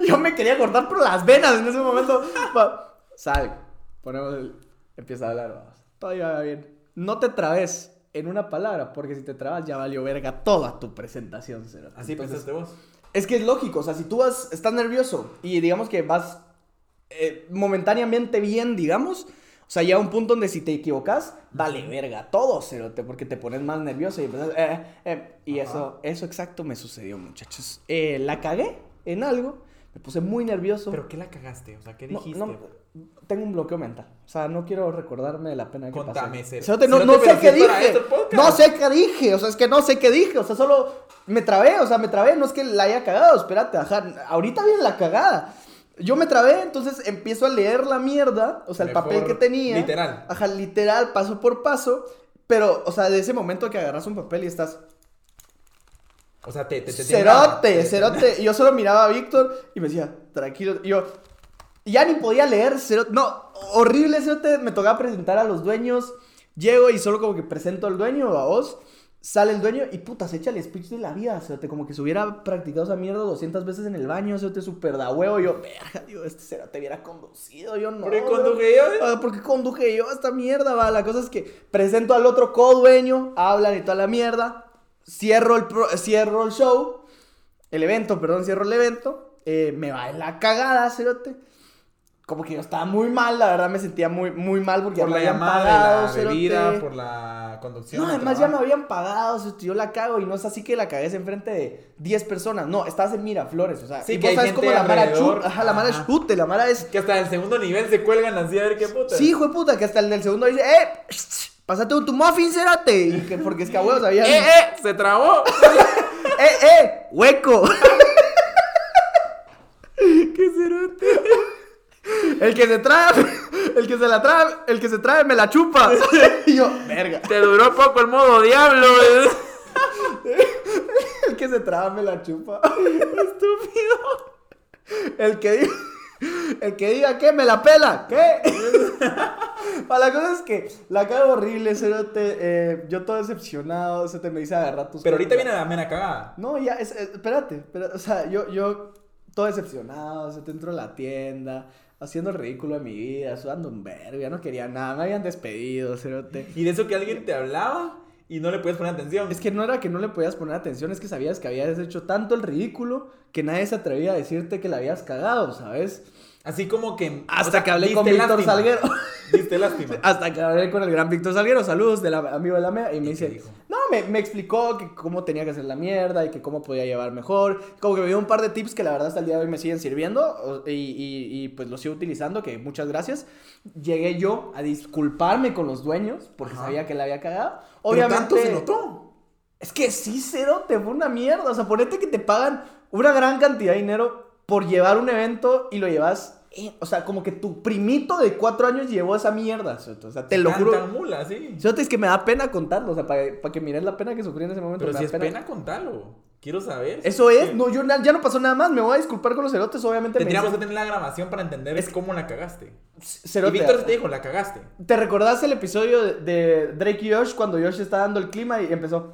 D: Yo me quería cortar por las venas en ese momento. Pa- Salgo. Ponemos el... Empieza a hablar, vamos. Todavía va bien. No te trabes en una palabra, porque si te trabas ya valió verga toda tu presentación, cerote.
C: Así
D: Entonces,
C: pensaste vos.
D: es que es lógico, o sea, si tú vas, estás nervioso y digamos que vas eh, momentáneamente bien, digamos, o sea, llega un punto donde si te equivocas, vale verga todo, cerote, porque te pones más nervioso y empiezas, eh, eh, y
C: Ajá.
D: eso, eso exacto me sucedió, muchachos. Eh, la cagué en algo, me puse muy nervioso.
C: ¿Pero qué la cagaste? O sea, ¿qué
D: No,
C: dijiste?
D: no, tengo un bloqueo mental. O sea, no quiero recordarme de la pena que
C: Contame,
D: pasé.
C: Cero.
D: Cerote, no,
C: Cero,
D: no
C: te
D: sé qué
C: merecí para
D: dije.
C: este podcast.
D: No sé qué dije. O sea, es que no sé qué dije. O sea, solo me trabé. O sea, me trabé. No es que la haya cagado. Espérate, ajá. Ahorita viene la cagada. Yo me trabé, entonces empiezo a leer la mierda. O sea, el
C: Mejor,
D: papel que tenía.
C: literal.
D: Ajá, literal, paso por paso. Pero, o sea, de ese momento que agarras un papel y estás.
C: O sea, te... te, te
D: Cerote,
C: te-
D: <laughs>
C: te-
D: cerote. Y yo solo miraba a Víctor y me decía, tranquilo. Y yo, ya ni podía leer, cerote. No, horrible, cerote. Me tocaba presentar a los dueños. Llego y solo como que presento al dueño, a vos. Sale el dueño y puta, se echa el speech de la vida, cerote. Como que se hubiera practicado esa mierda 200 veces en el baño, cerote, súper da huevo. Y Yo, verga, digo, este cerote hubiera conducido, yo no.
C: ¿Por qué
D: weón.
C: conduje yo?
D: Ah, ¿Por qué conduje yo a esta mierda? Va, la cosa es que presento al otro co-dueño, hablan y toda la mierda. Cierro el, pro- cierro el show, el evento, perdón, cierro el evento. eh, me va en la cagada, cerote. Como que yo estaba muy mal, la verdad me sentía muy, muy mal porque
C: Por
D: ya
C: la
D: me habían
C: llamada
D: pagado,
C: de la bebida,
D: cerote.
C: por la conducción.
D: No,
C: al
D: además ya me
C: trabajo.
D: habían pagado, cerote, yo la cago y no es así que la cagues enfrente de 10 personas, no, estás en Miraflores, o sea,
C: Sí,
D: y
C: que
D: vos
C: hay
D: sabes
C: gente
D: cómo la mara
C: alrededor.
D: chute, ajá, la mara
C: Ajá.
D: chute, la mara es
C: Que hasta el segundo nivel se cuelgan así a ver qué Eh, puta.
D: Sí, hijo de puta, que hasta el del segundo dice, ¡eh! ¡Pásate un tu muffin, cerote! Y que- porque es que a huevos había.
C: ¡Eh,
D: ¡Eh,
C: eh!
D: <laughs>
C: ¡Se trabó!
D: eh! <laughs> ¡Hueco!
C: ¡Qué cerote!
D: El que se trae, el que se la trae, el que se trae me la chupa. <laughs> Y yo, verga.
C: Te duró poco el modo diablo. eh.
D: El que se trae me la chupa. Estúpido. El que diga, el que diga que me la pela,
C: <laughs>
D: ¿qué? Para la cosa es que la cago horrible, cerote. eh, yo todo decepcionado, se te me dice agarrar tus
C: Pero ahorita
D: compras".
C: viene la mera cagada.
D: No, ya, es- es- espérate, espérate, o sea, yo, yo todo decepcionado, se te entro a la tienda, haciendo el ridículo de mi vida, sudando un verbo, ya no quería nada, me habían despedido, cerote.
C: Y de eso que alguien te hablaba y no le puedes poner atención.
D: Es que no era que no le podías poner atención, es que sabías que habías hecho tanto el ridículo que nadie se atrevía a decirte que la habías cagado, ¿sabes?
C: Así como que.
D: Hasta
C: o sea,
D: que hablé con
C: diste
D: Víctor
C: lástima.
D: Salguero. <laughs>
C: Diste lástima.
D: Hasta que hablé con el gran Víctor Salguero, saludos del am- amigo de la MEA, y me
C: ¿Y
D: dice,
C: qué dijo?
D: no, me, me explicó que cómo tenía que hacer la mierda y que cómo podía llevar mejor, como que me dio un par de tips que la verdad hasta el día de hoy me siguen sirviendo o- y, y- y, pues los sigo utilizando, que muchas gracias. Llegué yo a disculparme con los dueños porque
C: Ajá.
D: sabía que la había cagado.
C: Pero
D: Obviamente...
C: tanto se notó.
D: Es que sí, cero, te fue una mierda. O sea, ponete que te pagan una gran cantidad de dinero por llevar un evento y lo llevas. eh, o sea, como que tu primito de cuatro años llevó esa mierda. Soto. O sea, te lo
C: Tanta
D: juro.
C: mula, sí.
D: Soto, es que me da pena contarlo. O sea, para, que mires la pena que sufrí en ese momento.
C: Pero
D: me
C: si
D: da
C: es pena, contarlo. Quiero saber.
D: Eso es.
C: Sí.
D: No, yo na- ya no pasó nada más. Me voy a disculpar con los cerotes, obviamente. me
C: Tendríamos que
D: dicen,
C: tener la grabación para entender cómo la cagaste. Y
D: "Cerote,
C: Víctor te dijo, la cagaste.
D: ¿Te recordás el episodio de, de Drake y Josh cuando Josh está dando el clima y empezó?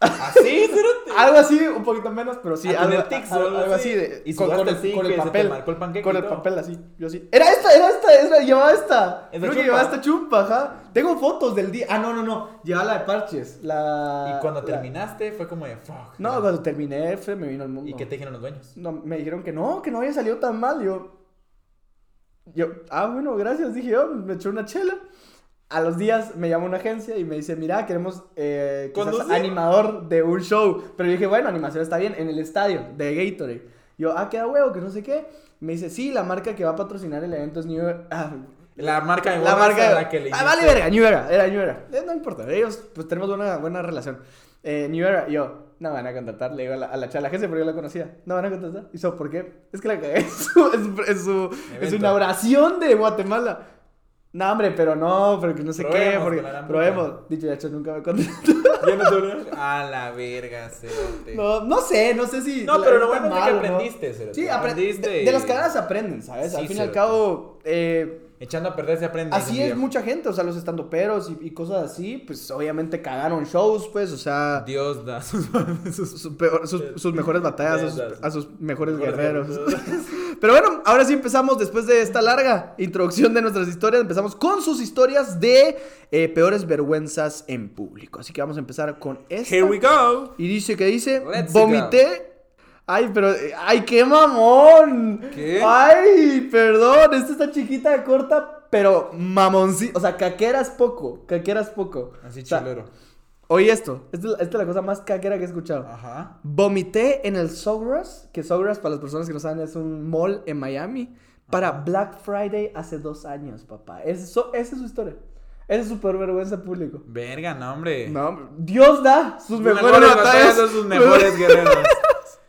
C: Así, cerote.
D: <laughs> Algo así, Ah, un poquito menos, pero sí,
C: A
D: algo,
C: tener tics o
D: algo-
C: algo
D: algo
C: así.
D: así. de-
C: Y
D: con, con
C: sudaste
D: el,
C: así,
D: con el
C: que se te
D: papel.
C: marcó el panqueque
D: con
C: y
D: el
C: todo.
D: papel así, yo así. Era esta, era esta, era, llevaba esta.
C: Esa
D: Creo que
C: chupa.
D: llevaba esta chupa, ajá. Tengo fotos del día. Ah, no, no, no. Llevaba la de parches. La.
C: Y cuando
D: la-
C: terminaste fue como de fuck.
D: No, cuando terminé, fue- me vino el mundo.
C: ¿Y qué te dijeron los dueños?
D: No, me dijeron que no, que no había salido tan mal. Yo, yo, ah, bueno, gracias, dije yo, me eché una chela. A los días me llama una agencia y me dice, mira, queremos eh, que seas
C: ¿Conducir?
D: animador de un show. Pero yo dije, bueno, animación está bien, en el estadio de Gatorade. Yo, ah, queda huevo, que no sé qué. Me dice, sí, la marca que va a patrocinar el evento es New Era". Ah,
C: La marca de
D: la
C: gorras
D: marca
C: a la que
D: Ah,
C: le hiciste-
D: vale verga, New Era, era New Era. Eh, no importa, ellos, pues tenemos una buena relación. Eh, New Era, y yo, no van a contratar, le digo a la, a la chala, porque yo la conocía, no van a contratar. Y yo, ¿por qué? Es que la cagué <laughs> en su, en su, en su- en su
C: Evento.
D: inauguración de Guatemala. No, hombre, pero no, pero que no sé qué,
C: Probemos
D: porque
C: con la gran
D: probemos. Dicho y hecho, nunca me
C: <laughs>
D: contrató.
C: Ya no
D: <laughs>
C: te volvieron. A la verga, cerote.
D: No, no sé, no sé si.
C: No,
D: la-
C: pero lo
D: está
C: bueno es que
D: mal o no.
C: aprendiste, cerote,
D: Sí, apre-
C: aprendiste
D: De,
C: y-
D: de las cagadas aprendes, ¿sabes?
C: Sí,
D: al fin y al
C: cerote.
D: cabo, eh.
C: Echando a perder se aprende.
D: Así
C: dicen,
D: es
C: viejo.
D: mucha gente, o sea, los estandoperos y, y cosas así, pues obviamente cagaron shows, pues, o sea,
C: Dios da sus, sus
D: sus, peor- sus- sus mejores batallas, a sus, a sus mejores guerreros.
C: guerreros.
D: <laughs> Pero bueno, ahora sí empezamos después de esta larga introducción de nuestras historias, empezamos con sus historias de eh, peores vergüenzas en público. Así que vamos a empezar con esta.
C: Here we go.
D: Y dice que dice,
C: Let's
D: vomité. Ay, pero, eh, ay, qué mamón.
C: ¿Qué?
D: Ay, perdón, esta está chiquita, corta, pero mamoncito. O sea, caqueras poco, caqueras poco.
C: Así
D: O sea,
C: chilero.
D: Oye esto, esta es, la- esta es la cosa más caquera que he escuchado.
C: Ajá.
D: Vomité en el Sawgrass, que Sawgrass, para las personas que no saben, es un mall en Miami, para Black Friday hace dos años, papá. Es- so- esa es su historia. Esa es su peor vergüenza público.
C: Verga, no, hombre.
D: No, Dios da sus mejores, batallas.
C: son
D: <laughs>
C: sus mejores guerreros.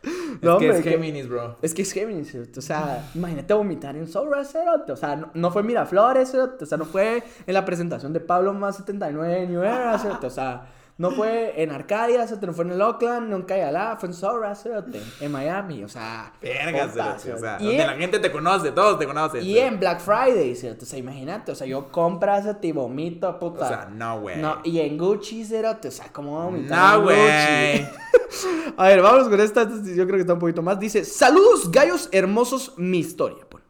C: es
D: No,
C: que
D: hombre,
C: es
D: que-
C: Géminis, bro.
D: Es que es Géminis, cerote, o sea, imagínate vomitar en Sobra, cerote, o sea, no, no fue Miraflores, cerote, o sea, no fue en la presentación de Pablo más 79 en New Era, cerote, o sea, no fue en Arcadia, cerote, no fue en el Oakland, no en Cayalá, fue en Sobra, cerote, en Miami, o sea,
C: Verga,
D: puta,
C: cerote, o sea,
D: y
C: donde
D: en-
C: la gente te conoce, todos te conocen.
D: y
C: cerote.
D: en Black Friday, ¿cierto? O sea, imagínate, o sea, yo compras cerote, y vomito, puta.
C: O sea, no, güey.
D: No, y en Gucci, cerote, o sea, ¿cómo vomitar
C: No,
D: en
C: güey.
D: Gucci? A ver, vamos con esta. esta Yo creo que está un poquito más. Dice: Saludos, gallos hermosos, mi historia. pone.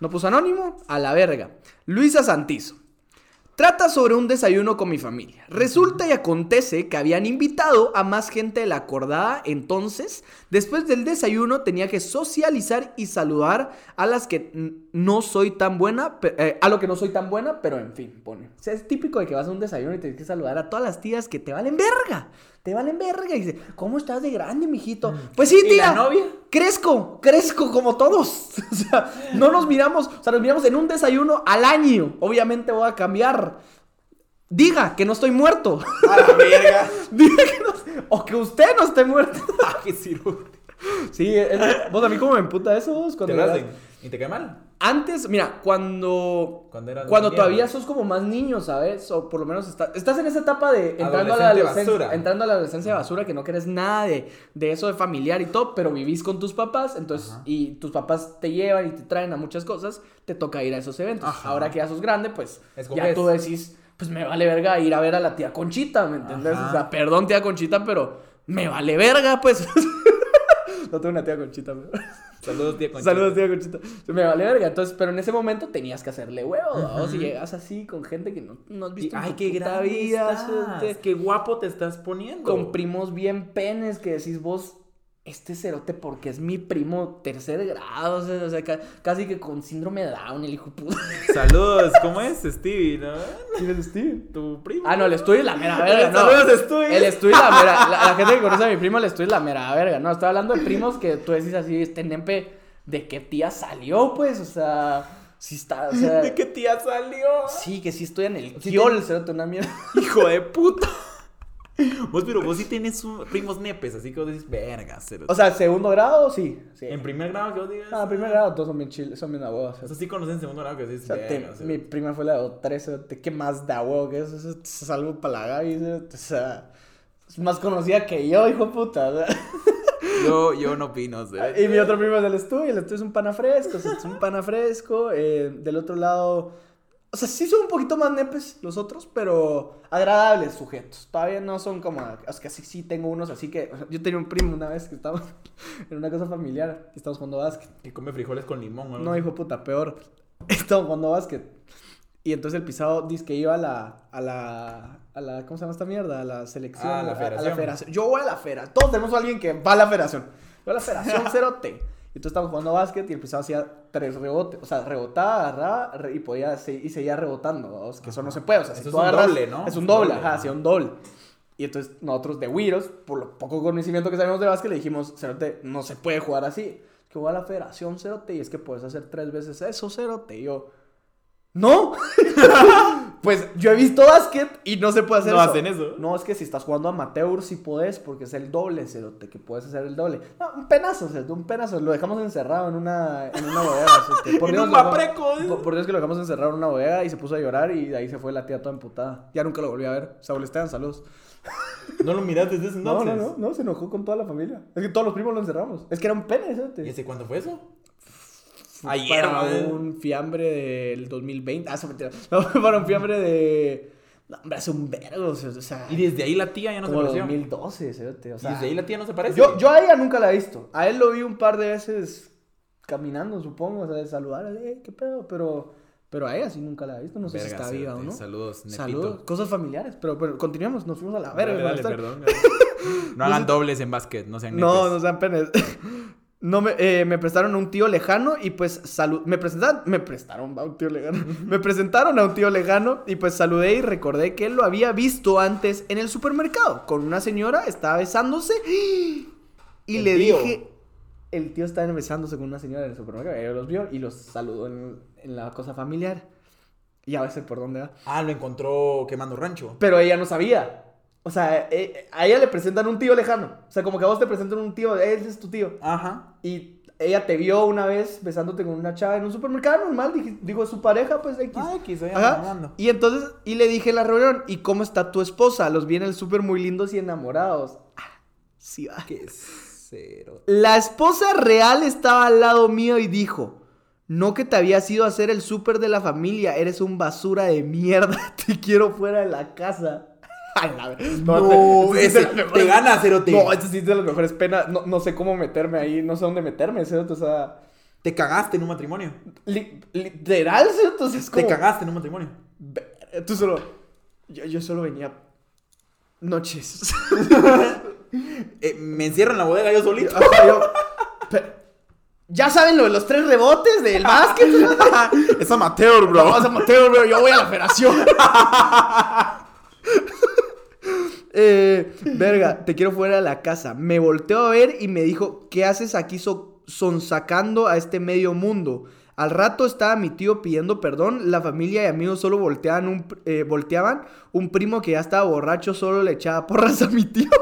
D: No puso anónimo, a la verga. Luisa Santizo. Trata sobre un desayuno con mi familia. Resulta y acontece que habían invitado a más gente de la acordada, entonces, después del desayuno tenía que socializar y saludar a las que n- no soy tan buena, pe- eh, a lo que no soy tan buena, pero en fin, pone. O sea, es típico de que vas a un desayuno y tienes que saludar a todas las tías que te valen verga. Te valen verga. Y dice, ¿cómo estás de grande, mijito? Pues sí, tía.
C: Mm. ¿Y la novia?
D: Crezco, crezco como todos. <laughs> O sea, no nos miramos, o sea, nos miramos en un desayuno al año. Obviamente voy a cambiar. Diga que no estoy muerto.
B: A la verga.
D: <laughs> Diga que no- O que usted no
B: <laughs>
D: esté muerto.
C: Ah, qué sirvo.
D: Sí, es- vos a mí cómo me emputa eso vos
C: ¿Te
D: cuando
C: acuerdas
D: eras-
C: de- ¿Y te cae mal?
D: Antes, mira, cuando
C: Cuando eras
D: cuando
C: mierda.
D: todavía sos como más niño, ¿sabes? O por lo menos está- estás en esa etapa de entrando a la
C: Adolescente
D: adolescencia,
C: basura.
D: entrando a la adolescencia basura que no querés nada de, de eso de familiar y todo, pero vivís con tus papás, entonces
C: Ajá.
D: y tus papás te llevan y te traen a muchas cosas, te toca ir a esos eventos.
C: Ajá.
D: Ahora que ya sos grande, pues
C: Escoges.
D: ya tú decís, pues me vale verga ir a ver a la tía Conchita, ¿me entendés?
C: Ajá.
D: O sea, perdón tía Conchita, pero me vale verga, pues. <laughs> no tengo una tía Conchita, pero
C: Saludos, tía Conchita.
D: Saludos, tía Conchita. Se me vale verga. Entonces, pero en ese momento tenías que hacerle huevo, O si llegas así con gente que no, no has
C: Y-
D: visto. en
C: Ay,
D: tu
C: qué
D: puta
C: grave
D: vida,
C: estás.
D: gente,
C: Qué guapo te estás poniendo.
D: Con primos bien penes que decís vos, este cerote porque es mi primo tercer grado. O sea, o sea, ca- casi que con síndrome de Down, el hijo de puta.
C: Saludos, ¿cómo es, Stevie? ¿No?
D: ¿Quién es Steve?
C: Tu primo.
D: Ah, no, el Stewie es la mera verga, no.
C: Saludos, Stevie.
D: El Stewie es la mera. La, la gente que conoce a mi primo, el Stewie es la mera verga. No, estaba hablando de primos que tú decís así, este nempe, ¿de qué tía salió, pues? O sea, sí está, o sea.
C: <laughs> ¿De qué tía salió?
D: Sí, que sí estoy en el
C: Sí,
D: kiol, cerote, una mierda. <laughs>
C: Hijo de puta. Vos, pero vos sí tenés un- primos nepes, así que vos decís, verga, cerote".
D: O sea, segundo grado, sí. sí.
C: En primer grado que vos digas.
D: Ah, primer grado, todos son bien chiles, son bien a huevo.
C: Eso
D: cerote.
C: sí conocen en segundo grado que
D: O
C: decís,
D: sea, te-
C: verga, cerote".
D: mi prima fue la de 13, ¿qué más da huevo que eso? Eso es salvo para la Gaby, cerote, o sea, es más conocida que yo, hijo de puta. o sea.
C: Yo, yo no opino,
D: Ah,
C: cerote.
D: Y mi otro primo es del estudio, el estudio es un pana fresco, o sea, es un pana fresco. eh, del otro lado, o sea, sí son un poquito más nepes los otros, pero agradables sujetos. Todavía no son como, es que sí, sí tengo unos, así que yo tenía un primo una vez que estábamos <laughs> en una casa familiar, y estábamos jugando básquet.
C: Que come frijoles con limón, ¿no?
D: No, hijo de puta, peor. <laughs> Estábamos jugando básquet. Y entonces el pisado dice que iba a la, a la, a la, ¿cómo se llama esta mierda? A la selección.
C: Ah, a la federación.
D: federación. Yo voy a la federación. Todos tenemos a alguien que va a la federación. Yo a la
C: <laughs>
D: federación cerote. Y entonces estábamos jugando básquet y el pisado hacía tres rebotes. O sea, rebotaba, agarraba re- y podía, se- y seguía rebotando. ¿vamos? Que eso no se puede. O sea, si
C: Eso
D: tú
C: es un
D: agarras-
C: doble, ¿no?
D: Es un doble, ajá,
C: ajá.
D: hacía un doble. Y entonces nosotros de Wiros, por lo poco conocimiento que sabemos de básquet, le dijimos, Cerote, no se puede jugar así. Que va a la federación, Cerote, y es que puedes hacer tres veces eso, Cerote. Y yo, ¡no! <laughs> pues yo he visto básquet y no se puede hacer
C: No
D: eso.
C: hacen eso.
D: No, es que si estás jugando amateur, sí podés, porque es el doble, Cerote, que puedes hacer el doble. No, un penazo, Cerote, un penazo. Lo dejamos encerrado en una, en una
C: <laughs>
D: bodega. Cerote.
C: En un
D: que lo dejamos-
C: mapreco, dice.
D: por, por Dios que lo dejamos encerrado en una bodega y se puso a llorar y de ahí se fue la tía toda emputada. Ya nunca lo volví a ver. Saúl Esteban, saludos.
C: No pues. lo miras desde ese
D: No,
C: entonces.
D: no, no, no, se enojó con toda la familia. Es que todos los primos lo encerramos. Es que era un pene, ¿sí?
C: ¿Y hace cuándo fue eso?
D: Fue
C: Ayer,
D: para
C: ¿no?
D: un fiambre del 2020. Ah, eso mentira. <laughs> No, fue para un fiambre de. No, hombre, hace un vergo. O sea,
C: Y desde ahí la tía ya no
D: como
C: se pareció.
D: 2012, ¿sí? O
C: y
D: sea,
C: desde ahí la tía no se parece.
D: yo, yo a ella nunca la he visto. A él lo vi un par de veces caminando, supongo. O sea, de saludar. "Ey, ¿Qué pedo? Pero, pero a ella sí nunca la he visto. No sé si
C: Verga,
D: está viva o
C: cerote.
D: no.
C: Saludos, Nepito.
D: Saludos, cosas familiares. Pero bueno, continuemos, nos fuimos a la
C: Dale,
D: verga. con la
C: dale,
D: historia. <laughs>
C: perdón. No hagan dobles en básquet, no sean
D: No,
C: nepes.
D: no sean penes. <laughs> No, me, eh, me prestaron a un tío lejano y pues salud... Me presentaron... Me prestaron a un tío
C: <laughs>
D: lejano. Me presentaron a un tío lejano y pues saludé y recordé que él lo había visto antes en el supermercado. Con una señora, estaba besándose y
C: El
D: le
C: tío.
D: dije... El tío estaba besándose con una señora en el supermercado. Ella los vio y los saludó en, en la cosa familiar. Y a veces por dónde va.
C: Ah, lo encontró quemando rancho.
D: Pero ella no sabía. O sea, eh, a ella le presentan un tío lejano. O sea, como que a vos te presentan un tío, él es tu tío.
C: Ajá.
D: Y ella te vio una vez besándote con una chava en un supermercado normal, dije- digo, es su pareja, pues X.
C: Ay, que se
D: Ajá.
C: mamando.
D: Y entonces, y le dije en la reunión, ¿y cómo está tu esposa? Los vi en el súper muy lindos y enamorados. Ah, sí va.
C: Qué cero.
D: La esposa real estaba al lado mío y dijo, no que te habías ido a hacer el súper de la familia, eres un basura de mierda, <laughs> te quiero fuera de la casa. <laughs> A la ver-
C: No,
D: este- este
C: ese
D: es de las mejores-
C: te gana, cerote.
D: No, este sí es de las mejores penas. No, no sé cómo meterme ahí, no sé dónde meterme, cerote, o sea...
C: Te cagaste en un matrimonio.
D: Li- literal, ¿sí? Entonces, como...
C: Te cagaste en un matrimonio.
D: Ver- Eh, Tú solo. Yo, yo solo venía. Noches. <laughs>
C: Eh, me encierro en la bodega yo
D: <laughs>
C: solito.
D: Ajá, yo, "Pe- ya saben lo de los tres rebotes del básquet.
C: <laughs> es amateur, bro.
D: Vamos a Mateo, bro, yo voy a la federación. Eh, verga, te quiero fuera de la casa. Me volteó a ver y me dijo, ¿qué haces aquí so- sonsacando a este medio mundo? Al rato estaba mi tío pidiendo perdón, la familia y amigos solo volteaban un, pr- eh, volteaban, un primo que ya estaba borracho solo le echaba porras a mi tío. <laughs>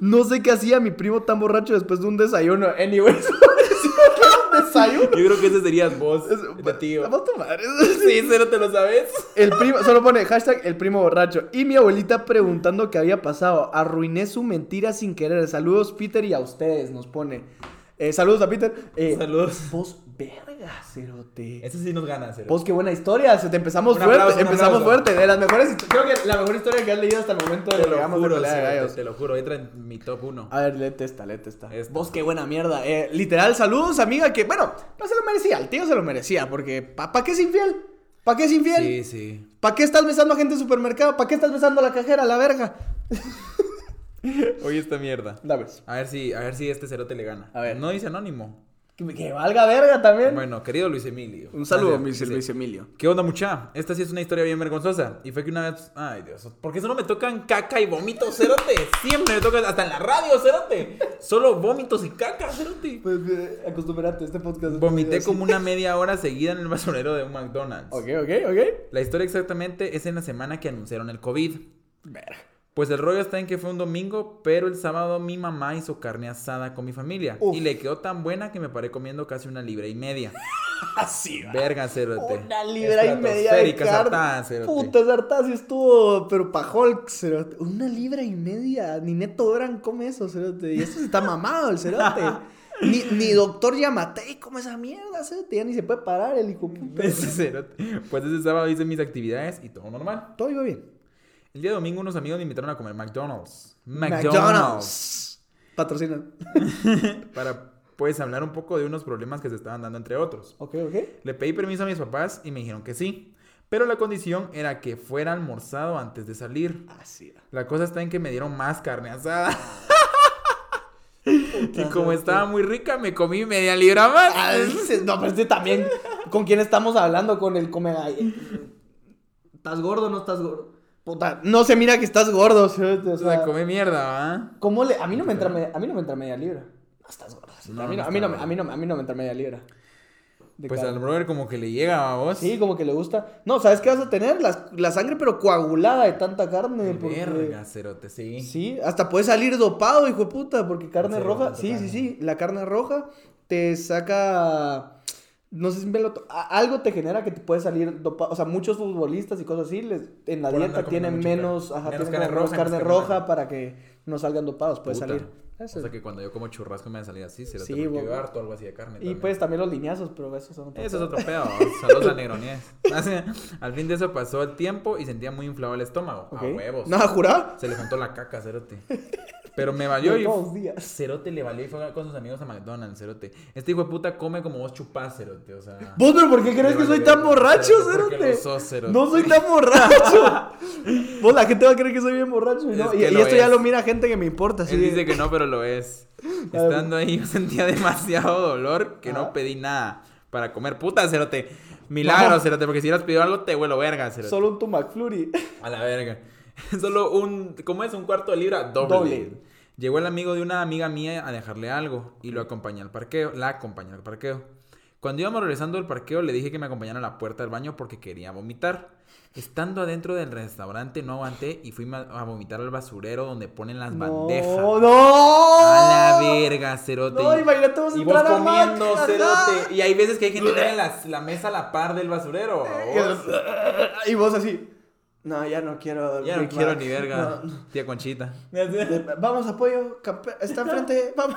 D: No sé qué hacía mi primo tan borracho después de un desayuno. Anyways, <laughs> un desayuno?
C: Yo creo que ese serías vos,
D: Es-
C: de tío.
D: Vamos a tu madre.
C: Sí, cero te lo sabes.
D: El primo, solo pone hashtag el primo borracho. Y mi abuelita preguntando qué había pasado. Arruiné su mentira sin querer. Saludos, Peter, y a ustedes, nos pone. Eh, saludos a Peter. Eh,
C: Saludos.
D: Vos, verga, cerote.
C: Ese sí nos gana, cero.
D: Vos, qué buena historia. Se te empezamos
C: Un
D: fuerte.
C: aplauso, un
D: empezamos
C: aplauso.
D: fuerte. De las mejores. histo- Creo que la mejor historia que has leído hasta el momento de
C: te
D: lo
C: lo
D: de
C: juro,
D: pelea de
C: cero,
D: gallos.
C: te, te lo juro, entra en mi top 1.
D: A ver, léete esta, léete esta.
C: Esta.
D: Vos, qué buena mierda. Eh, literal, saludos, amiga, que bueno, no se lo merecía, el tío se lo merecía, porque ¿para qué es infiel? ¿Para qué es infiel?
C: Sí, sí.
D: ¿Para qué estás besando a gente en supermercado? ¿Para qué estás besando a la cajera, la verga?
C: Oye esta mierda.
D: La ves.
C: A ver si, a ver si este cerote le gana.
D: A ver.
C: No dice anónimo.
D: Que, que valga verga también.
C: Bueno, querido Luis Emilio.
D: Un saludo,
C: Gracias,
D: mi-
C: dice,
D: Luis Emilio.
C: ¿Qué onda, mucha? Esta sí es una historia bien vergonzosa. Y fue que una vez. Ay, Dios. ¿Por qué solo me tocan caca y vómitos, cerote? Siempre me tocan, hasta en la radio, cerote. Solo vómitos y caca, cerote.
D: Pues eh, acostumbrate, este podcast. es
C: Vomité
D: así.
C: como una media hora seguida en el basurero de un McDonald's.
D: <laughs> Ok, ok, ok.
C: La historia exactamente es en la semana que anunciaron el COVID.
D: Verga.
C: Pues el rollo está en que fue un domingo, pero el sábado mi mamá hizo carne asada con mi familia.
D: Uf.
C: Y le quedó tan buena que me paré comiendo casi una libra y media.
D: Así, va.
C: Verga, cerote.
D: Una libra y media de
C: Estratosférica, sartán,
D: carne.
C: cerote.
D: Puta, sartán sí estuvo, pero pa' Hulk, cerote. Una libra y media. Ni Neto Doran come eso, cerote. Y esto se está mamado, el
C: <laughs>
D: cerote. Ni, ni doctor Yamatei come esa mierda, cerote. Ya ni se puede parar el hijo puta.
C: Ese cerote. Pues ese sábado hice mis actividades y todo normal.
D: Todo iba bien.
C: El día domingo unos amigos me invitaron a comer McDonald's.
D: Patrocina.
C: Para pues hablar un poco de unos problemas que se estaban dando entre otros.
D: Ok, ok.
C: Le pedí permiso a mis papás y me dijeron que sí. Pero la condición era que fuera almorzado antes de salir.
D: Así. va.
C: La cosa está en que me dieron más
D: <laughs>
C: carne asada. y
D: Puta,
C: como
D: cerote.
C: estaba muy rica, me comí media libra más.
D: Ah, dices, No, pero este también. ¿Con quién estamos hablando? Con el come gall- ¿Estás gordo o no estás gordo? Puta, no se mira que estás gordo, cerote, o sea.
C: me comí mierda, ¿va?
D: ¿Cómo le.? A mí no me entra, me- a mí no me entra media libra. No estás gordo. sí,
C: No,
D: a, mí no,
C: no
D: a, mí no,
C: está
D: me- a, mí no, a mí no me entra media libra. De
C: Pues
D: cara.
C: al brother como que le llega a vos.
D: Sí, como que le gusta. No, ¿sabes qué vas a tener? La, la sangre, pero coagulada de tanta carne. porque-
C: Verga, cerote, sí.
D: Sí, hasta puedes salir dopado, hijo de puta, porque carne
C: serio,
D: roja.
C: tanto
D: Sí, sí,
C: carne.
D: sí. La carne roja te saca. No sé si me lo. to- a- Algo te genera que te puede salir dopado. O sea, muchos futbolistas y cosas así, les, en la
C: Por andar
D: dieta tienen
C: comiendo
D: menos,
C: mucha
D: ajá,
C: carne. Menos
D: tienen como
C: carne
D: menos carne
C: roja, menos carne
D: roja
C: blanca.
D: para que no salgan dopados, puede
C: Puta.
D: salir.
C: O
D: Eso.
C: sea que cuando yo como churrasco me va a salir así, cerote.
D: Sí,
C: Sí, porque
D: bo-
C: yo harto algo así de carne.
D: Y
C: también.
D: pues también los lineazos, pero eso son otro
C: Eso es
D: pedo. <laughs>
C: otro pedo. Saludos a Negroniés. <laughs> Al fin de eso pasó el tiempo y sentía muy inflado el estómago.
D: Ok.
C: A Ah, huevos.
D: ¿No, jurá?
C: Se le juntó la caca, Cerote. Pero me valió
D: De
C: y.
D: todos días.
C: Cerote le valió y fue con sus amigos a McDonald's, Cerote. Este hijo de puta come como vos chupás, Cerote.
D: <laughs>
C: O sea.
D: ¿Vos, pero por qué crees
C: Le
D: que
C: vale
D: soy tan
C: verga,
D: borracho,
C: cerote, porque
D: cerote?
C: lo sos, cerote.
D: No soy tan borracho. <laughs> Vos, la gente va a creer que soy bien borracho. y no.
C: Es
D: Y,
C: que
D: y
C: lo
D: esto ya
C: es.
D: lo mira gente que me importa. así
C: Él
D: de-
C: dice que no, pero
D: <laughs>
C: lo es. Estando ahí, yo sentía demasiado dolor que
D: Ajá.
C: no pedí nada para comer. Puta, Cerote. Milagro,
D: Ajá.
C: Cerote, porque si hubieras pedido algo, te huelo verga, Cerote.
D: Solo un tu McFlurry.
C: A la verga. <laughs> Solo un, ¿cómo es? Un cuarto de libra doble.
D: Doble.
C: Llegó el amigo de una amiga mía a dejarle algo y lo acompañé al parqueo, la acompañé al parqueo. Cuando íbamos regresando del parqueo le dije que me acompañara a la puerta del baño porque quería vomitar. Estando adentro del restaurante no aguanté y fui ma- a vomitar al basurero donde ponen las bandejas.
D: No, no.
C: A la verga, cerote.
D: No,
C: Y-
D: imagínate vos
C: y vos
D: entrar a
C: comiendo,
D: Mac, ajá.
C: cerote. Y hay veces que hay gente que tiene las- la mesa a la par del
D: <laughs>
C: basurero. vos.
D: Y vos así. No, ya no quiero.
C: Ya no
D: Big
C: quiero
D: Mac.
C: ni verga,
D: No, no.
C: tía Conchita.
D: De- Vamos, apoyo. campe- Está
C: <laughs>
D: enfrente. Vamos.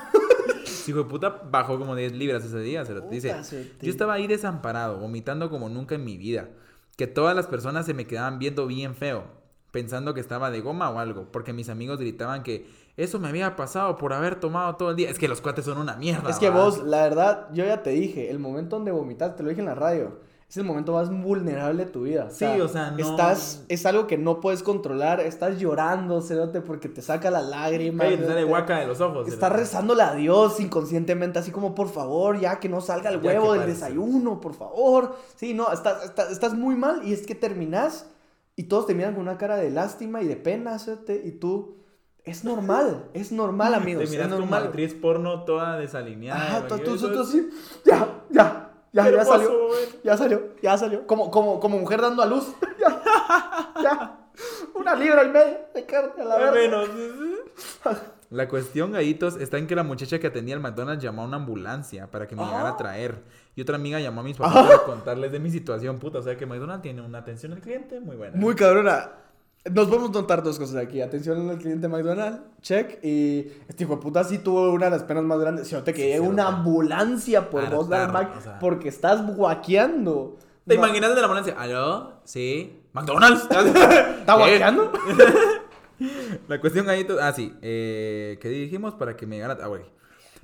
C: Sí, hijo de puta bajó como 10 libras ese día, se lo
D: Puta,
C: dice.
D: cerote.
C: Yo estaba ahí desamparado, vomitando como nunca en mi vida. Que todas las personas se me quedaban viendo bien feo, pensando que estaba de goma o algo, porque mis amigos gritaban que eso me había pasado por haber tomado todo el día. Es que los cuates son una mierda.
D: Es que
C: ¿va?
D: vos, la verdad, yo ya te dije, el momento donde vomitas, te lo dije en la radio. es el momento más vulnerable de tu vida.
C: Sí, o sea, no-
D: Estás, es algo que no puedes controlar, estás llorando, cerote, porque te saca la lágrima.
C: Cállate, sale
D: cerote.
C: guaca de los ojos.
D: Estás
C: cerote.
D: rezándole a Dios inconscientemente, así como, por favor, ya que no salga el
C: Ya
D: huevo
C: que
D: del
C: pare,
D: desayuno, por favor. Sí, no, estás, estás, estás muy mal y es que terminás y todos te miran con una cara de lástima y de pena, cerote, y tú... Es normal, es normal, amigos.
C: <laughs> Te miras
D: es
C: como
D: normal.
C: actriz porno toda desalineada.
D: Ajá, tú,
C: imagínate,
D: tú, tú,
C: eso
D: tú
C: es
D: sí. Ya, ya, ya, ya
C: hermoso,
D: salió.
C: güey.
D: Ya salió, ya salió. Como, como, como mujer dando a luz. <laughs> ya, ya. Una libra y media de carne a la
C: Más o
D: verga.
C: menos. La cuestión, gallitos, está en que la muchacha que atendía el McDonald's llamó a una ambulancia para que me llegara
D: Ah.
C: a traer. Y otra amiga llamó a mis papás para contarles de mi situación, puta. O sea que McDonald's tiene una atención al cliente muy buena.
D: Muy cabrona. Nos podemos notar dos cosas aquí. Atención al cliente McDonald's, check. Y este hijo de puta sí tuvo una de las penas más grandes. Si no te
C: Sí,
D: quedé
C: sí,
D: una
C: lo-
D: ambulancia por vos,
C: Hartar,
D: Dan Mac,
C: o sea.
D: porque estás guaqueando.
C: ¿Te
D: No.
C: imaginas de la ambulancia? ¿Aló? ¿Sí? ¿McDonald's?
D: <laughs> ¿Está guaqueando?
C: La cuestión, gallitos. Ah, sí. Eh, ¿Qué dijimos? Para que me llegara. Ah, güey.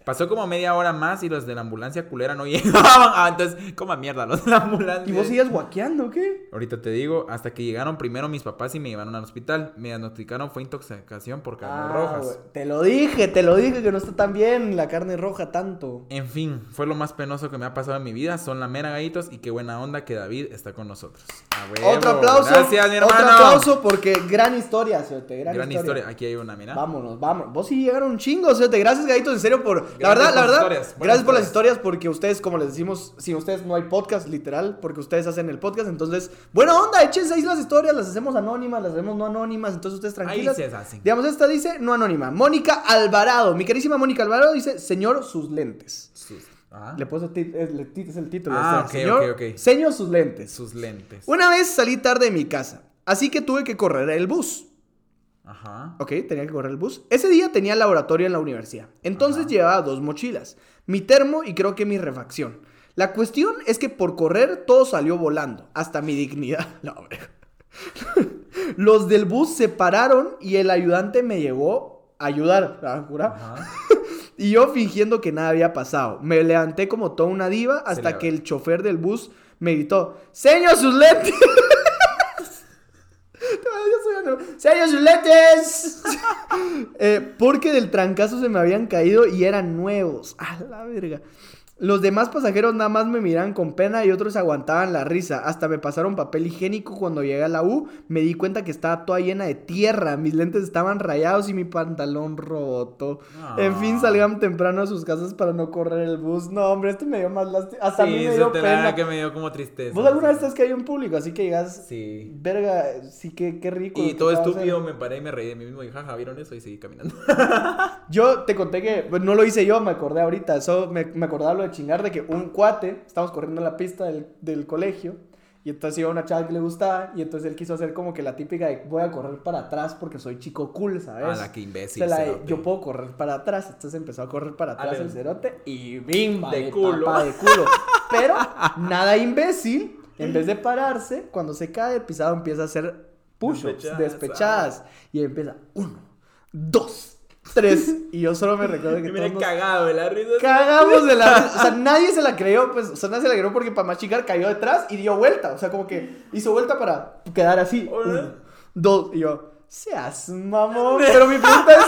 C: Pasó como media hora más y los de la ambulancia culera no <laughs> llegaban. Ah, entonces, coma mierda, los de la ambulancia.
D: ¿Y vos sigues guaqueando o qué?
C: Ahorita te digo, hasta que llegaron primero mis papás y me llevaron al hospital. Me diagnosticaron fue intoxicación por carnes
D: Ah,
C: rojas.
D: güey, Te lo dije, te lo dije que no está tan bien la carne roja tanto.
C: En fin, fue lo más penoso que me ha pasado en mi vida. Son la mera gallitos y qué buena onda que David está con nosotros. A huevo.
D: Otro aplauso.
C: Gracias, mi hermano.
D: Otro aplauso porque gran historia, Cerote. Gran,
C: Gran,
D: historia.
C: historia. Aquí hay una, mira.
D: Vámonos, vámonos. Vos sí llegaron un chingo, Cerote. Gracias, Gaditos, en serio, por. la
C: Gracias
D: verdad,
C: por
D: la
C: las
D: verdad.
C: historias, buenas
D: Gracias por las
C: historias.
D: historias porque ustedes, como les decimos, sin ustedes no hay podcast, literal, porque ustedes hacen el podcast. Entonces, buena onda, échense ahí las historias, las hacemos anónimas, las hacemos no anónimas. Entonces, ustedes tranquilas.
C: se hacen.
D: Digamos, esta dice no anónima. Mónica Alvarado. Mi querísima Mónica Alvarado dice, señor, sus lentes.
C: Sus, ajá.
D: Le puso tit- es, le- tit- es el título.
C: Ah,
D: o sea,
C: ok,
D: señor,
C: ok, ok.
D: Señor sus lentes.
C: Sus lentes.
D: Una vez salí tarde de mi casa, así que tuve que correr el bus.
C: Ajá.
D: Ok, tenía que correr el bus. Ese día tenía laboratorio en la universidad. Entonces
C: Ajá.
D: llevaba dos mochilas, mi termo y creo que mi refacción. La cuestión es que por correr todo salió volando, hasta mi dignidad. <laughs> La verga. Los del bus se pararon y el ayudante me llegó a ayudar. Ah, cura.
C: Ajá.
D: Y yo fingiendo que nada había pasado. Me levanté como toda una diva hasta
C: Celebra.
D: que el chofer del bus me gritó: ¡Señor sus lentes! <laughs> Yo soy un- ¡Señor sus lentes! <laughs> Eh, porque del trancazo se me habían caído y eran nuevos. A la verga. Los demás pasajeros nada más me miraban con pena y otros aguantaban la risa. Hasta me pasaron papel higiénico cuando llegué a la U. Me di cuenta que estaba toda llena de tierra. Mis lentes estaban rayados y mi pantalón roto.
C: Ah.
D: En fin, salgan temprano a sus casas para no correr el bus. No, hombre, este me dio más lástima. Hasta a mí
C: Sí,
D: me
C: eso
D: dio
C: te la verdad
D: pena.
C: que me dio como tristeza.
D: ¿Vos alguna vez te has caído en público? Así que llegas...
C: Sí.
D: Verga, sí, que qué rico.
C: Y
D: ¿qué
C: todo
D: te va a hacer?
C: estúpido, me paré y me reí de mí mismo. Y jaja, ¿vieron eso? Y seguí caminando.
D: Yo te conté que pues, no lo hice yo, me acordé ahorita. Eso me, me acordaba lo de chingar de que un cuate, estábamos corriendo en la pista del, del colegio, y entonces iba una chava que le gustaba, y entonces él quiso hacer como que la típica de voy a correr para atrás porque soy chico cool, ¿sabes?
C: A Ah, la que imbécil.
D: Se la-
C: cerote.
D: yo puedo correr para atrás. Entonces empezó a correr para atrás
C: Ale.
D: el cerote y bimba
C: De
D: le
C: culo.
D: tapa de
C: <laughs>
D: culo. Pero nada imbécil, en vez de pararse, cuando se cae el pisado empieza a hacer push-ups,
C: Despechadas, ah.
D: despechadas. Y empieza uno, dos, tres. Y yo solo me recuerdo que
C: Y
D: todos
C: mira,
D: nos
C: cagado de la risa.
D: cagamos de la... O sea, nadie se la creyó, pues, o sea, nadie se la creyó porque para machicar cayó detrás y dio vuelta. O sea, como que hizo vuelta para quedar así.
C: Hola.
D: Uno, dos, y yo, seas mamón.
C: <laughs>
D: Pero mi pregunta es,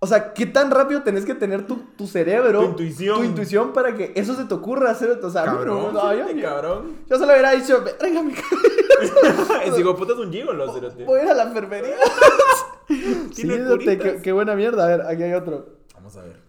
D: o sea, ¿qué tan rápido tenés que tener tu, tu cerebro?
C: Tu intuición.
D: Tu intuición para que eso se te ocurra hacer. O sea, a mí no, no, yo,
C: Cabrón. cerote,
D: <laughs>
C: este cabrón.
D: yo solo hubiera dicho, verga, me caí,
C: Ese hijo de puta es un gigolo, cerote.
D: voy a ir a la enfermería. sí,
C: <laughs> Tiene
D: date,
C: curitas.
D: qué, qué buena mierda. A ver, aquí hay otro.
C: Vamos a ver.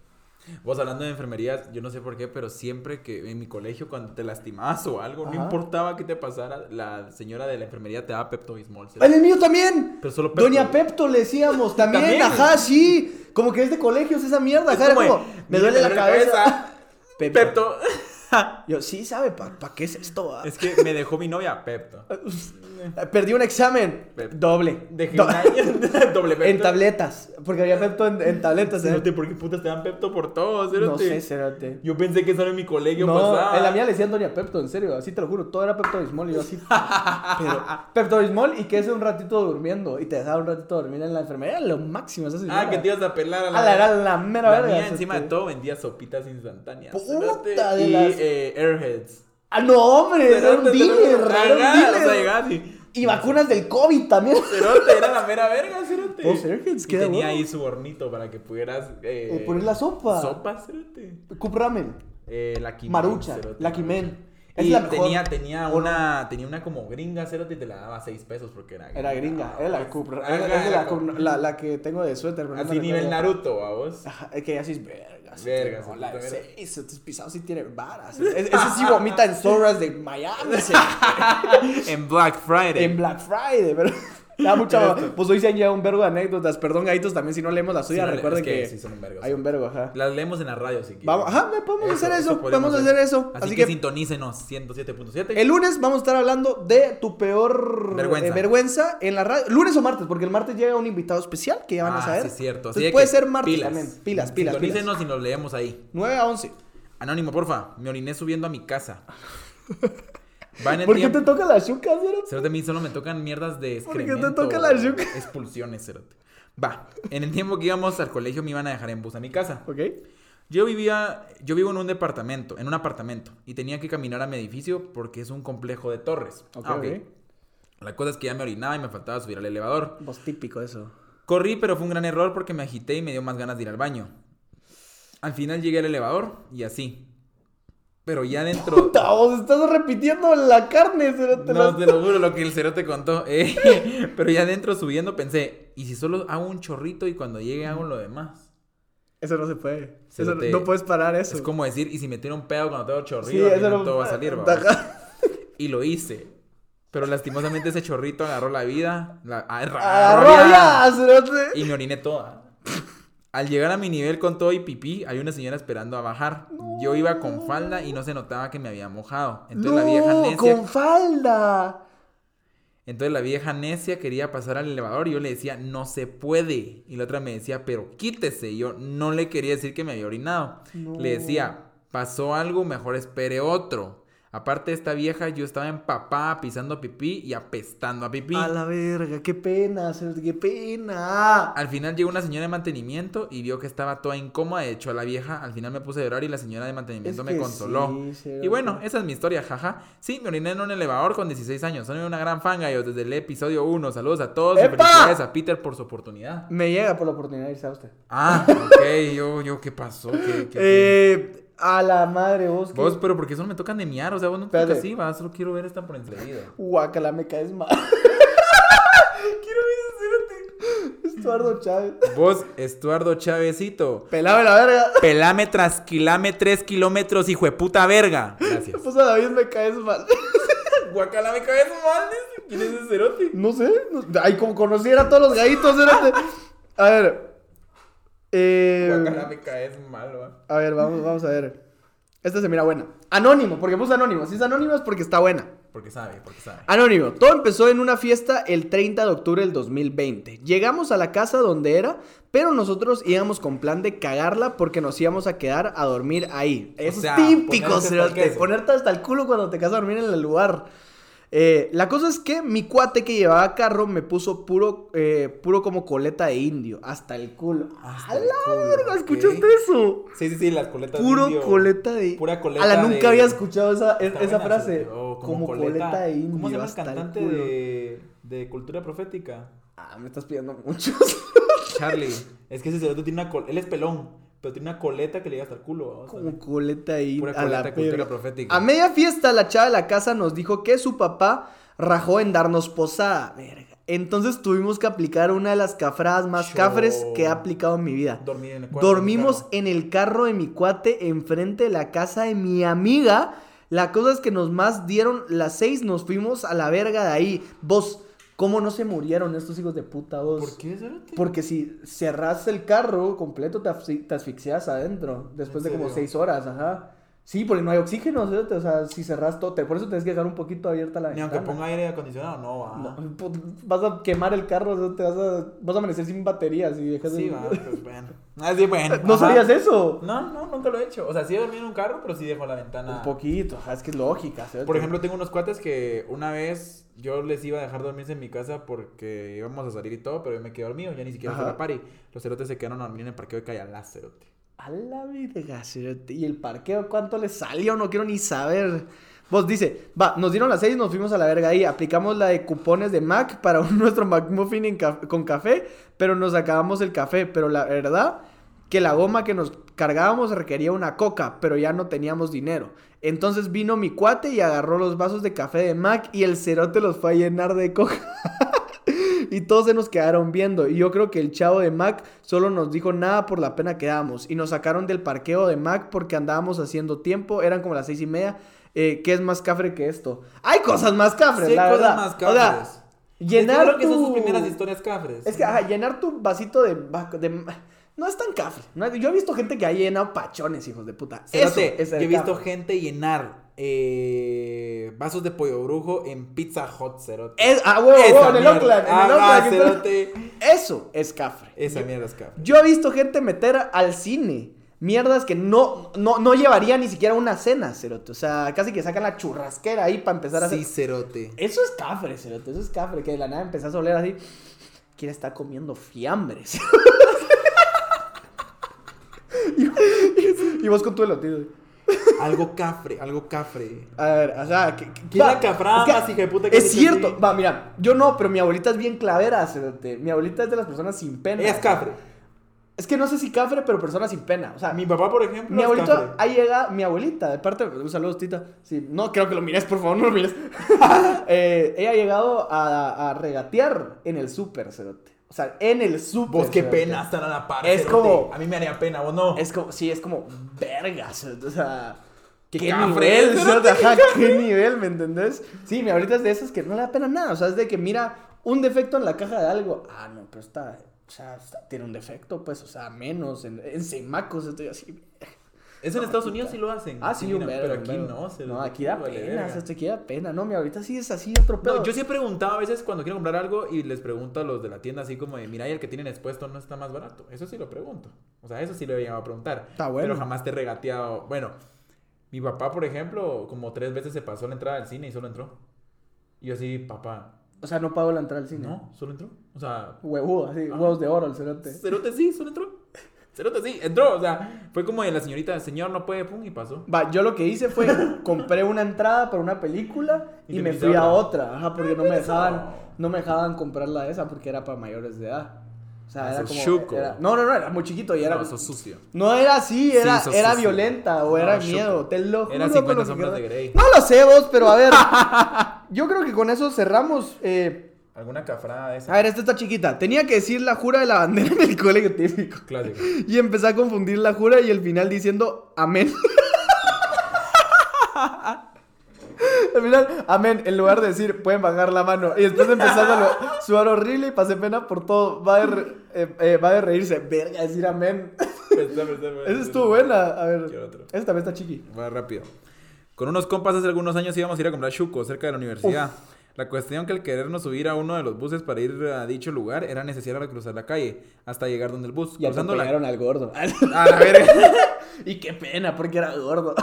C: Vos hablando de enfermería, yo no sé por qué, pero siempre que en mi colegio cuando te lastimabas o algo, no
D: Ajá.
C: importaba qué te pasara, la señora de la enfermería te daba Pepto Bismol. ¿sí?
D: ¡En el mío también!
C: Pero solo Pepto.
D: Doña Pepto le
C: <laughs>
D: decíamos también,
C: También.
D: ajá, sí. Como que es de colegios esa mierda,
C: Es
D: ajá, era
C: como de,
D: como, me
C: "Mira,
D: duele la cabeza. <laughs> Pepto.
C: Pepto.
D: Yo, sí, ¿sabe? ¿Para qué es esto? ah?"
C: Es que me dejó mi
D: <laughs>
C: novia Pepto.
D: Perdí un examen.
C: Pepto.
D: Doble.
C: Dejé
D: Do- <laughs>
C: un año <laughs> doble Pepto.
D: en tabletas. Porque había Pepto en, en tabletas. ¿eh?
C: Cerote, ¿por qué putas te dan Pepto por todo,
D: No
C: cerote?
D: sé, cerote.
C: Yo pensé que solo en mi colegio
D: No,
C: pasaba.
D: en la mía le decían Doña Pepto, en serio, así te lo juro, todo era Pepto Bismol y yo
C: <laughs>
D: así. Pero Pepto Bismol y que es un ratito durmiendo y te dejaba un ratito dormir en la enfermería, lo máximo. Esa
C: Ah,
D: señora.
C: que te ibas a pelar a la...
D: A la, era la mera
C: La
D: verga.
C: mía encima de
D: este.
C: todo vendía sopitas instantáneas.
D: Puta
C: cerote,
D: de
C: y
D: las-
C: eh, Airheads.
D: Ah, no, hombre, era un
C: Cerote,
D: dealer,
C: cerote.
D: era un
C: Ajá, O sea,
D: dealer.
C: llegabas y.
D: Y vacunas del COVID también.
C: Cerote, era la mera verga,
D: <laughs>
C: cerote.
D: Oh, Serkins,
C: Y
D: qué de
C: tenía
D: huevo.
C: ahí su hornito para que pudieras. Eh,
D: Eh, poner la sopa.
C: Sopa, cerote.
D: Cup Ramen.
C: Eh, la Kimen,
D: Marucha,
C: cerote,
D: Lucky Man. Es
C: y
D: la mejor.
C: tenía, tenía
D: ¿O no?
C: una, tenía una como gringa, cerote, y te la daba a 6 pesos porque era
D: Era gringa, era la Cup
C: Ajá,
D: Ramen. Es de la,
C: era como-
D: Cup- la, la que tengo de suéter. pero no
C: Así
D: me
C: nivel
D: recuerdo.
C: Naruto, a
D: <laughs>
C: vos.
D: Ajá, es que así es verga. sí,
C: Verga,
D: no,
C: sí,
D: la de
C: puta verga.
D: seis, estos pisados sí tienen varas. Es- Ese
C: <laughs>
D: sí vomita en zorras de Miami, se-
C: En Black Friday.
D: en Black Friday, pero... <laughs> Da mucha... Pues hoy se han llegado un vergo de anécdotas. Perdón, gaitos, también si no leemos la
C: Sí,
D: suya,
C: no,
D: recuerden
C: es
D: que,
C: sí son un vergo,
D: hay
C: sí.
D: un vergo, ajá.
C: Las leemos en la radio si quieren.
D: Vamos, ajá, me- podemos hacer eso, podemos
C: podemos
D: hacer eso.
C: Así,
D: Así
C: que,
D: que-
C: sintonícenos 107.7.
D: El lunes vamos a estar hablando de tu peor eh, vergüenza,
C: Vergüenza.
D: en la radio. Lunes o martes, porque el martes llega un invitado especial que ya van a
C: Ah,
D: saber.
C: sí, es cierto.
D: Entonces,
C: Así de
D: puede
C: que
D: ser martes
C: pilas.
D: también. Pilas, pilas, pilas.
C: Sintonícenos y nos leemos ahí.
D: 9 a 11.
C: Anónimo, porfa. Me oriné subiendo a mi
D: <laughs>
C: casa. Va en el
D: ¿Por qué
C: tiempo-
D: te toca la yuca, Cero?
C: Cerote, a mí solo me tocan mierdas de
D: ¿Por qué te
C: excremento.
D: toca la yuca?
C: Expulsiones, cerote. Va, en el tiempo que íbamos al colegio me iban a dejar en bus a mi casa.
D: ¿Ok?
C: Yo vivía, yo vivo en un departamento, en un apartamento, y tenía que caminar a mi edificio porque es un complejo de torres.
D: Ok,
C: Ah,
D: ok.
C: La cosa es que ya me orinaba y me faltaba subir al elevador.
D: Pues típico eso.
C: Corrí, pero fue un gran error porque me agité y me dio más ganas de ir al baño. Al final llegué al elevador y así. Pero ya dentro...
D: Puta, vos estás repitiendo la carne, Cero. te
C: No,
D: la-
C: te lo juro, lo que el cero te contó. <laughs> eh. Pero ya adentro subiendo pensé, ¿y si solo hago un chorrito y cuando llegue hago lo demás?
D: Eso no se puede.
C: Cero
D: Eso no-
C: te-
D: No puedes parar eso.
C: Es como decir, ¿y si me tiro un pedo cuando tengo chorrito?
D: Sí,
C: al
D: eso
C: final
D: no-
C: todo va a salir, ¿va?
D: Ajá.
C: Y lo hice. Pero lastimosamente ese chorrito agarró la vida. La, agarró
D: Agarró
C: vida,
D: ya, Cero.
C: Y me oriné toda. Al llegar a mi nivel con todo y pipí, hay una señora esperando a bajar. Yo iba con falda y no se notaba que me había mojado. Entonces la vieja
D: No,
C: necia...
D: con falda.
C: Entonces la vieja necia quería pasar al elevador y yo le decía, no se puede. Y la otra me decía, pero quítese. Y yo no le quería decir que me había orinado.
D: No.
C: Le decía, pasó algo, mejor espere otro. Aparte de esta vieja, yo estaba empapada pisando pipí y apestando a pipí.
D: A la verga, qué pena, Cero, qué pena.
C: Al final llegó una señora de mantenimiento y vio que estaba toda incómoda. De hecho, a la vieja al final me puse a llorar y la señora de mantenimiento
D: Es
C: me
D: que
C: consoló.
D: sí, cerote.
C: y bueno, esa es mi historia, jaja. Sí, me oriné en un elevador con 16 años. Soy una gran fan, gallos, desde el episodio 1. Saludos a todos y
D: ¡Epa!
C: felicidades a Peter por su oportunidad.
D: Me llega por la oportunidad de irse a usted.
C: Ah, ok. yo, yo, ¿qué pasó? ¿Qué, qué- qué?
D: Eh, a la madre, vos. pues. que-
C: Vos, pero porque eso no me tocan de miar, o sea, vos no te
D: Espérate.
C: tocas así, va, solo quiero ver esta por enseguida.
D: Guácala, me caes mal. <laughs> Quiero ir a Estuardo Chávez.
C: Vos, Estuardo Chávezito.
D: Pelame la verga.
C: Pelame tras kilame tres kilómetros, hijo de puta verga. Gracias.
D: Pues a David me caes mal.
C: Guacala, me caes mal. dice. ¿Quién es ese cerote?
D: No sé. no- Ay, como conociera a todos los gallitos. espérate. A ver.
C: Guacala,
D: Eh,
C: me caes mal, va.
D: a ver, vamos, vamos a ver. Esta se mira buena. Anónimo, porque puse anónimo. Si es anónimo es porque está buena.
C: Porque sabe, porque sabe.
D: Anónimo, todo empezó en una fiesta el 30 de octubre del 2020. Llegamos a la casa donde era, pero nosotros íbamos con plan de cagarla porque nos íbamos a quedar a dormir ahí. Eso
C: sea,
D: es típico,
C: ponerse hasta el
D: cerote,
C: queso.
D: ponerte hasta el culo cuando te quedas a dormir en el lugar. Eh, la cosa es que mi cuate que llevaba carro me puso puro, eh, puro como coleta de indio, hasta el culo.
C: Hasta
D: ¡A
C: el
D: la
C: culo,
D: verga!
C: ok.
D: ¿Escuchaste eso?
C: Sí, sí, sí, las coletas. de
D: Puro
C: indio.
D: coleta de
C: Pura coleta
D: A la nunca
C: de-
D: había escuchado esa, es-
C: Está
D: esa
C: buena,
D: frase.
C: cerote. Oh,
D: como coleta, de indio.
C: ¿Cómo se llama el
D: hasta el
C: cantante
D: culo.
C: de, de cultura profética?
D: Ah, me estás pidiendo muchos.
C: <laughs> Charlie. es que ese cerote tiene una coleta. Él es pelón, pero tiene una coleta que le llega hasta el culo. vamos a ver.
D: Como coleta ahí.
C: Pura
D: a, la
C: coleta de cultura
D: verga.
C: profética.
D: a media fiesta, la chava de la casa nos dijo que su papá rajó en darnos posada. Verga. Entonces tuvimos que aplicar una de las cafradas más
C: Cho.
D: cafres que he aplicado en mi vida.
C: Dormir en el cuarto.
D: Dormimos
C: claro.
D: en el carro de mi cuate enfrente de la casa de mi amiga. La cosa es que nos más dieron las seis, nos fuimos a la verga de ahí. Vos, ¿cómo no se murieron estos hijos de puta vos?
C: ¿Por qué, cerote?
D: Porque si cerras el carro completo, te, asfi- te asfixias adentro. Después de
C: ¿En
D: como
C: serio?
D: seis horas, ajá. Sí, porque no hay oxígeno, ¿sí? o sea, si cerras todo, te- por eso tienes que dejar un poquito abierta la
C: Ni aunque
D: ventana.
C: ponga aire acondicionado, no va.
D: No, pu- vas a quemar el carro, ¿sí? te vas a, vas a amanecer sin baterías y dejas
C: Sí,
D: el- <laughs>
C: va, pues bueno. Ah, sí, bueno.
D: ¿No
C: ajá.
D: sabías eso?
C: No, no, nunca lo he hecho. O sea, sí he dormido en un carro, pero sí dejo la ventana.
D: Un poquito, ajá, es que es lógica. ¿sí?
C: Por ejemplo, tengo unos cuates que una vez yo les iba a dejar dormirse en mi casa porque íbamos a salir y todo, pero yo me quedé dormido, ya ni siquiera fue
D: Ajá.
C: la party. Los cerotes se quedaron a dormir en el parqueo de Cayalá, cerote.
D: A la verga, cerote. ¿Y el parqueo cuánto le salió? No quiero ni saber. Vos dice, va, nos dieron las seis, nos fuimos a la verga ahí, aplicamos la de cupones de Mac para <laughs> un- nuestro McMuffin en ca- con café, pero nos acabamos el café, pero la verdad que la goma que nos cargábamos requería una coca, pero ya no teníamos dinero. Entonces vino mi cuate y agarró los vasos de café de Mac y el cerote los fue a llenar de coca. <laughs> Y todos se nos quedaron viendo. Y yo creo que el chavo de Mac solo nos dijo nada por la pena que dábamos. Y nos sacaron del parqueo de Mac porque andábamos haciendo tiempo. Eran como las seis y media. Eh, ¿Qué es más cafre que esto? Hay cosas más cafres,
C: Sí,
D: Ah, la
C: cosas
D: verdad.
C: más
D: O sea,
C: cafres.
D: llenar
C: Creo que son sus
D: tu-
C: primeras historias cafres.
D: Es que, ajá, llenar tu vasito de... va- de- No es tan cafre. No- Yo he visto gente que ha llenado pachones, hijos de puta.
C: Ese,
D: Cerote, ese
C: yo he
D: de
C: visto
D: cafre.
C: gente llenar eh, vasos de pollo brujo en Pizza Hot Cerote.
D: Es- ah, huevo,
C: Esa
D: huevo, en el
C: mierda.
D: Oakland. En el
C: Ajá,
D: Oakland, que está-
C: Cerote.
D: Eso es cafre.
C: Esa mierda es cafre.
D: Yo he visto gente meter al cine mierdas que no, no, no llevaría ni siquiera una cena, Cerote. O sea, casi que sacan la churrasquera ahí para empezar a
C: Sí,
D: hacer.
C: cerote.
D: Eso es cafre, Cerote. Eso es cafre. Que de la nada empezás a oler así. ¿Quién está comiendo fiambres? y, <laughs> y- y vos con tu elotito.
C: Algo cafre, algo cafre.
D: A ver, o sea, que, que-
C: ¿Quién
D: va,
C: la cafrada
D: es que-
C: más hija de puta que
D: Es
C: dice
D: cierto,
C: así?
D: va, mira, yo no, pero mi abuelita es bien clavera, Cerote. Mi abuelita es de las personas sin pena.
C: Es cafre.
D: Es que no sé si cafre, pero personas sin pena. O sea,
C: Mi papá, por ejemplo,
D: Mi
C: es
D: abuelita
C: cafre.
D: ha llegado, mi abuelita, de parte, un saludo, tita. Sí, no, creo que lo mires, por favor, no lo
C: <laughs>
D: mires. Eh, ella ha llegado a, a regatear en el súper, cerote. O sea, en el súper.
C: Vos qué
D: cerote.
C: pena estar a la par.
D: Es
C: cerote.
D: como-
C: A mí me haría pena, vos no.
D: Es como, sí, es como, vergas, cerote, o sea. Qué,
C: cafre,
D: nivel,
C: cerote,
D: cerote, ajá, qué nivel, ¿me entendés? Sí, mi abuelita es de esas que no le da pena nada. O sea, es de que mira un defecto en la caja de algo. Ah, no, pero está, o sea, está- tiene un defecto, pues, o sea, menos. En, en Semacos estoy así,
C: Eso en Estados Unidos sí lo hacen.
D: Ah, sí, un
C: mira,
D: vergo,
C: Pero
D: un
C: aquí
D: vergo.
C: no. cerote,
D: No, aquí da
C: vale
D: pena,
C: verga.
D: esto aquí da pena. No, mi ahorita sí es así otro pedo.
C: No, yo sí he preguntado a veces cuando quiero comprar algo y les pregunto a los de la tienda así como de, mira, ¿y el que tienen expuesto no está más barato. Eso sí lo pregunto. O sea, eso sí lo he llegado a preguntar.
D: Está bueno.
C: Pero jamás te he regateado. Bueno, mi papá, por ejemplo, como tres veces se pasó la entrada del cine y solo entró. Y yo así, papá,
D: O sea, no pago la entrada al cine.
C: no, solo entró. O sea,
D: Huevudo, así,
C: Ah.
D: huevos de oro el cerote.
C: cerote sí, solo entró. Cerote sí, entró. O sea, fue como de la señorita, señor, no puede, pum, y pasó.
D: Va, yo lo que hice
C: <laughs>
D: fue compré una entrada para una película
C: Y
D: y,
C: te
D: me
C: metiste
D: fui
C: a
D: a otra, ajá, porque no me
C: pero eso
D: dejaban
C: no.
D: no me dejaban comprar la esa porque era para mayores de edad. O sea,
C: Ah,
D: era
C: sos
D: como
C: chuco.
D: era- No, no, no, era muy chiquito y era
C: No, sos sucio.
D: No era así, era,
C: sos
D: era
C: sucio.
D: violenta o era
C: No,
D: miedo,
C: chupo.
D: te lo juro.
C: Era
D: por lo
C: 50
D: que
C: sombras
D: quiero.
C: de Grey.
D: No lo sé vos, pero a
C: <laughs>
D: ver. yo creo que con eso cerramos. Eh,
C: Alguna cafrada de esa.
D: A ver, esta está chiquita. Tenía que decir la jura de la bandera en el colegio típico. <laughs>
C: Clásico.
D: Y empecé a confundir la jura y el final diciendo amén. <laughs> Al final, amén, en lugar de decir pueden bajar la mano. Y después empezando a lo- sudar horrible y pasé pena por todo. Va a, re- eh, eh, va a reírse. Verga, decir
C: <laughs>
D: amén. Esa estuvo buena. A
C: Quiero
D: ver.
C: otro.
D: Esa también está chiqui.
C: Va rápido. Con unos compas hace algunos años íbamos a ir a comprar chuco cerca de la universidad. La cuestión que al querernos subir a uno de los buses para ir a dicho lugar era necesario cruzar la calle hasta llegar donde el bus.
D: Y
C: cruzando la...
D: atropellaron al gordo. <laughs>
C: A la verga.
D: y qué pena, porque era gordo.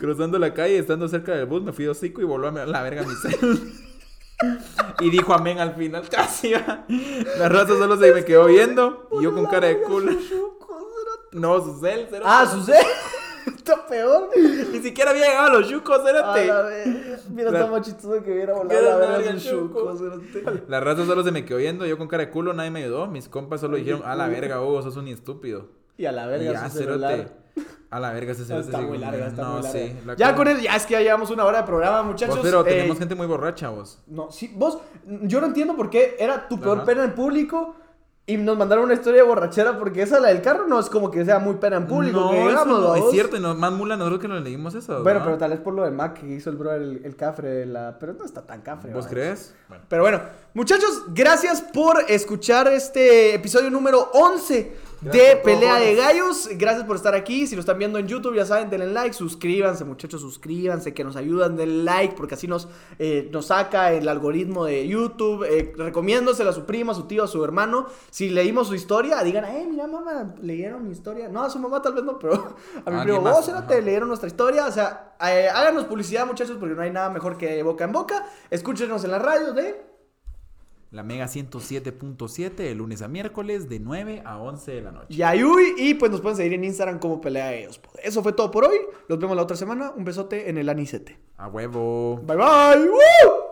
C: cruzando la calle, estando cerca del bus, me fui de hocico y voló a la verga mi cel. y dijo amén al final, casi. va. La raza solo se me quedó viendo y yo con cara de culo. No, su cel, cero.
D: ah, sucede. <laughs> está peor.
C: Ni siquiera había llegado a los yucos,
D: A
C: cérate.
D: la vez. Mira,
C: La-
D: está más chistoso que hubiera volado
C: Hubiera
D: la verga
C: nadie
D: del
C: al chuco.
D: chuco. cerote.
C: La raza solo se me quedó viendo, yo con cara de culo, nadie me ayudó. Mis compas solo dijeron, a la verga, Hugo, sos un estúpido.
D: Y a la
C: Y
D: verga
C: ya,
D: su
C: cerote.
D: celular.
C: A la verga, ese cerote.
D: Está
C: sí,
D: muy
C: como,
D: larga, está
C: no,
D: muy larga.
C: sí, la
D: ya
C: cosa-
D: con él, ya es que ya llevamos una hora de programa, muchachos.
C: Vos, pero
D: Eh,
C: tenemos gente muy borracha, vos.
D: No, sí, vos, yo no entiendo por qué era tu peor
C: Ajá.
D: pena en público y nos mandaron una historia de borrachera porque esa, la del carro, no es como que sea muy pena en público.
C: no,
D: que
C: eso
D: digamos,
C: no, es
D: ¿vos?
C: cierto, y no, más mula nosotros que no leímos eso.
D: Bueno,
C: ¿no?
D: pero tal vez por lo de Mac que hizo el bro el, el cafre, de la... pero no está tan cafre.
C: ¿Vos
D: ¿va?
C: crees? Bueno.
D: Pero bueno, muchachos, gracias por escuchar este episodio número 11
C: Gracias
D: de
C: por todo,
D: Pelea de
C: jóvenes.
D: Gallos. Gracias por estar aquí. Si lo están viendo en YouTube, ya saben, denle like, suscríbanse, muchachos, suscríbanse, que nos ayudan, denle like, porque así nos, eh, nos saca el algoritmo de YouTube. Eh, recomiéndosela a su prima, a su tío, a su hermano. Si leímos su historia, digan, eh, mira, mamá, leyeron mi historia. No, a su mamá tal vez no, pero <laughs> a mi
C: Alguien
D: primo,
C: más,
D: vos, era
C: ajá.
D: te leyeron nuestra historia. O sea, eh, háganos publicidad, muchachos, porque no hay nada mejor que boca en boca. Escúchenos en la radio de.
C: La Mega 107.7, de lunes a miércoles, de 9 a 11 de la noche.
D: Yayuy. Y pues nos pueden seguir en Instagram como pelea ellos. Eso fue todo por hoy. Los vemos la otra semana. Un besote en el anicete.
C: A huevo.
D: Bye bye. ¡Woo!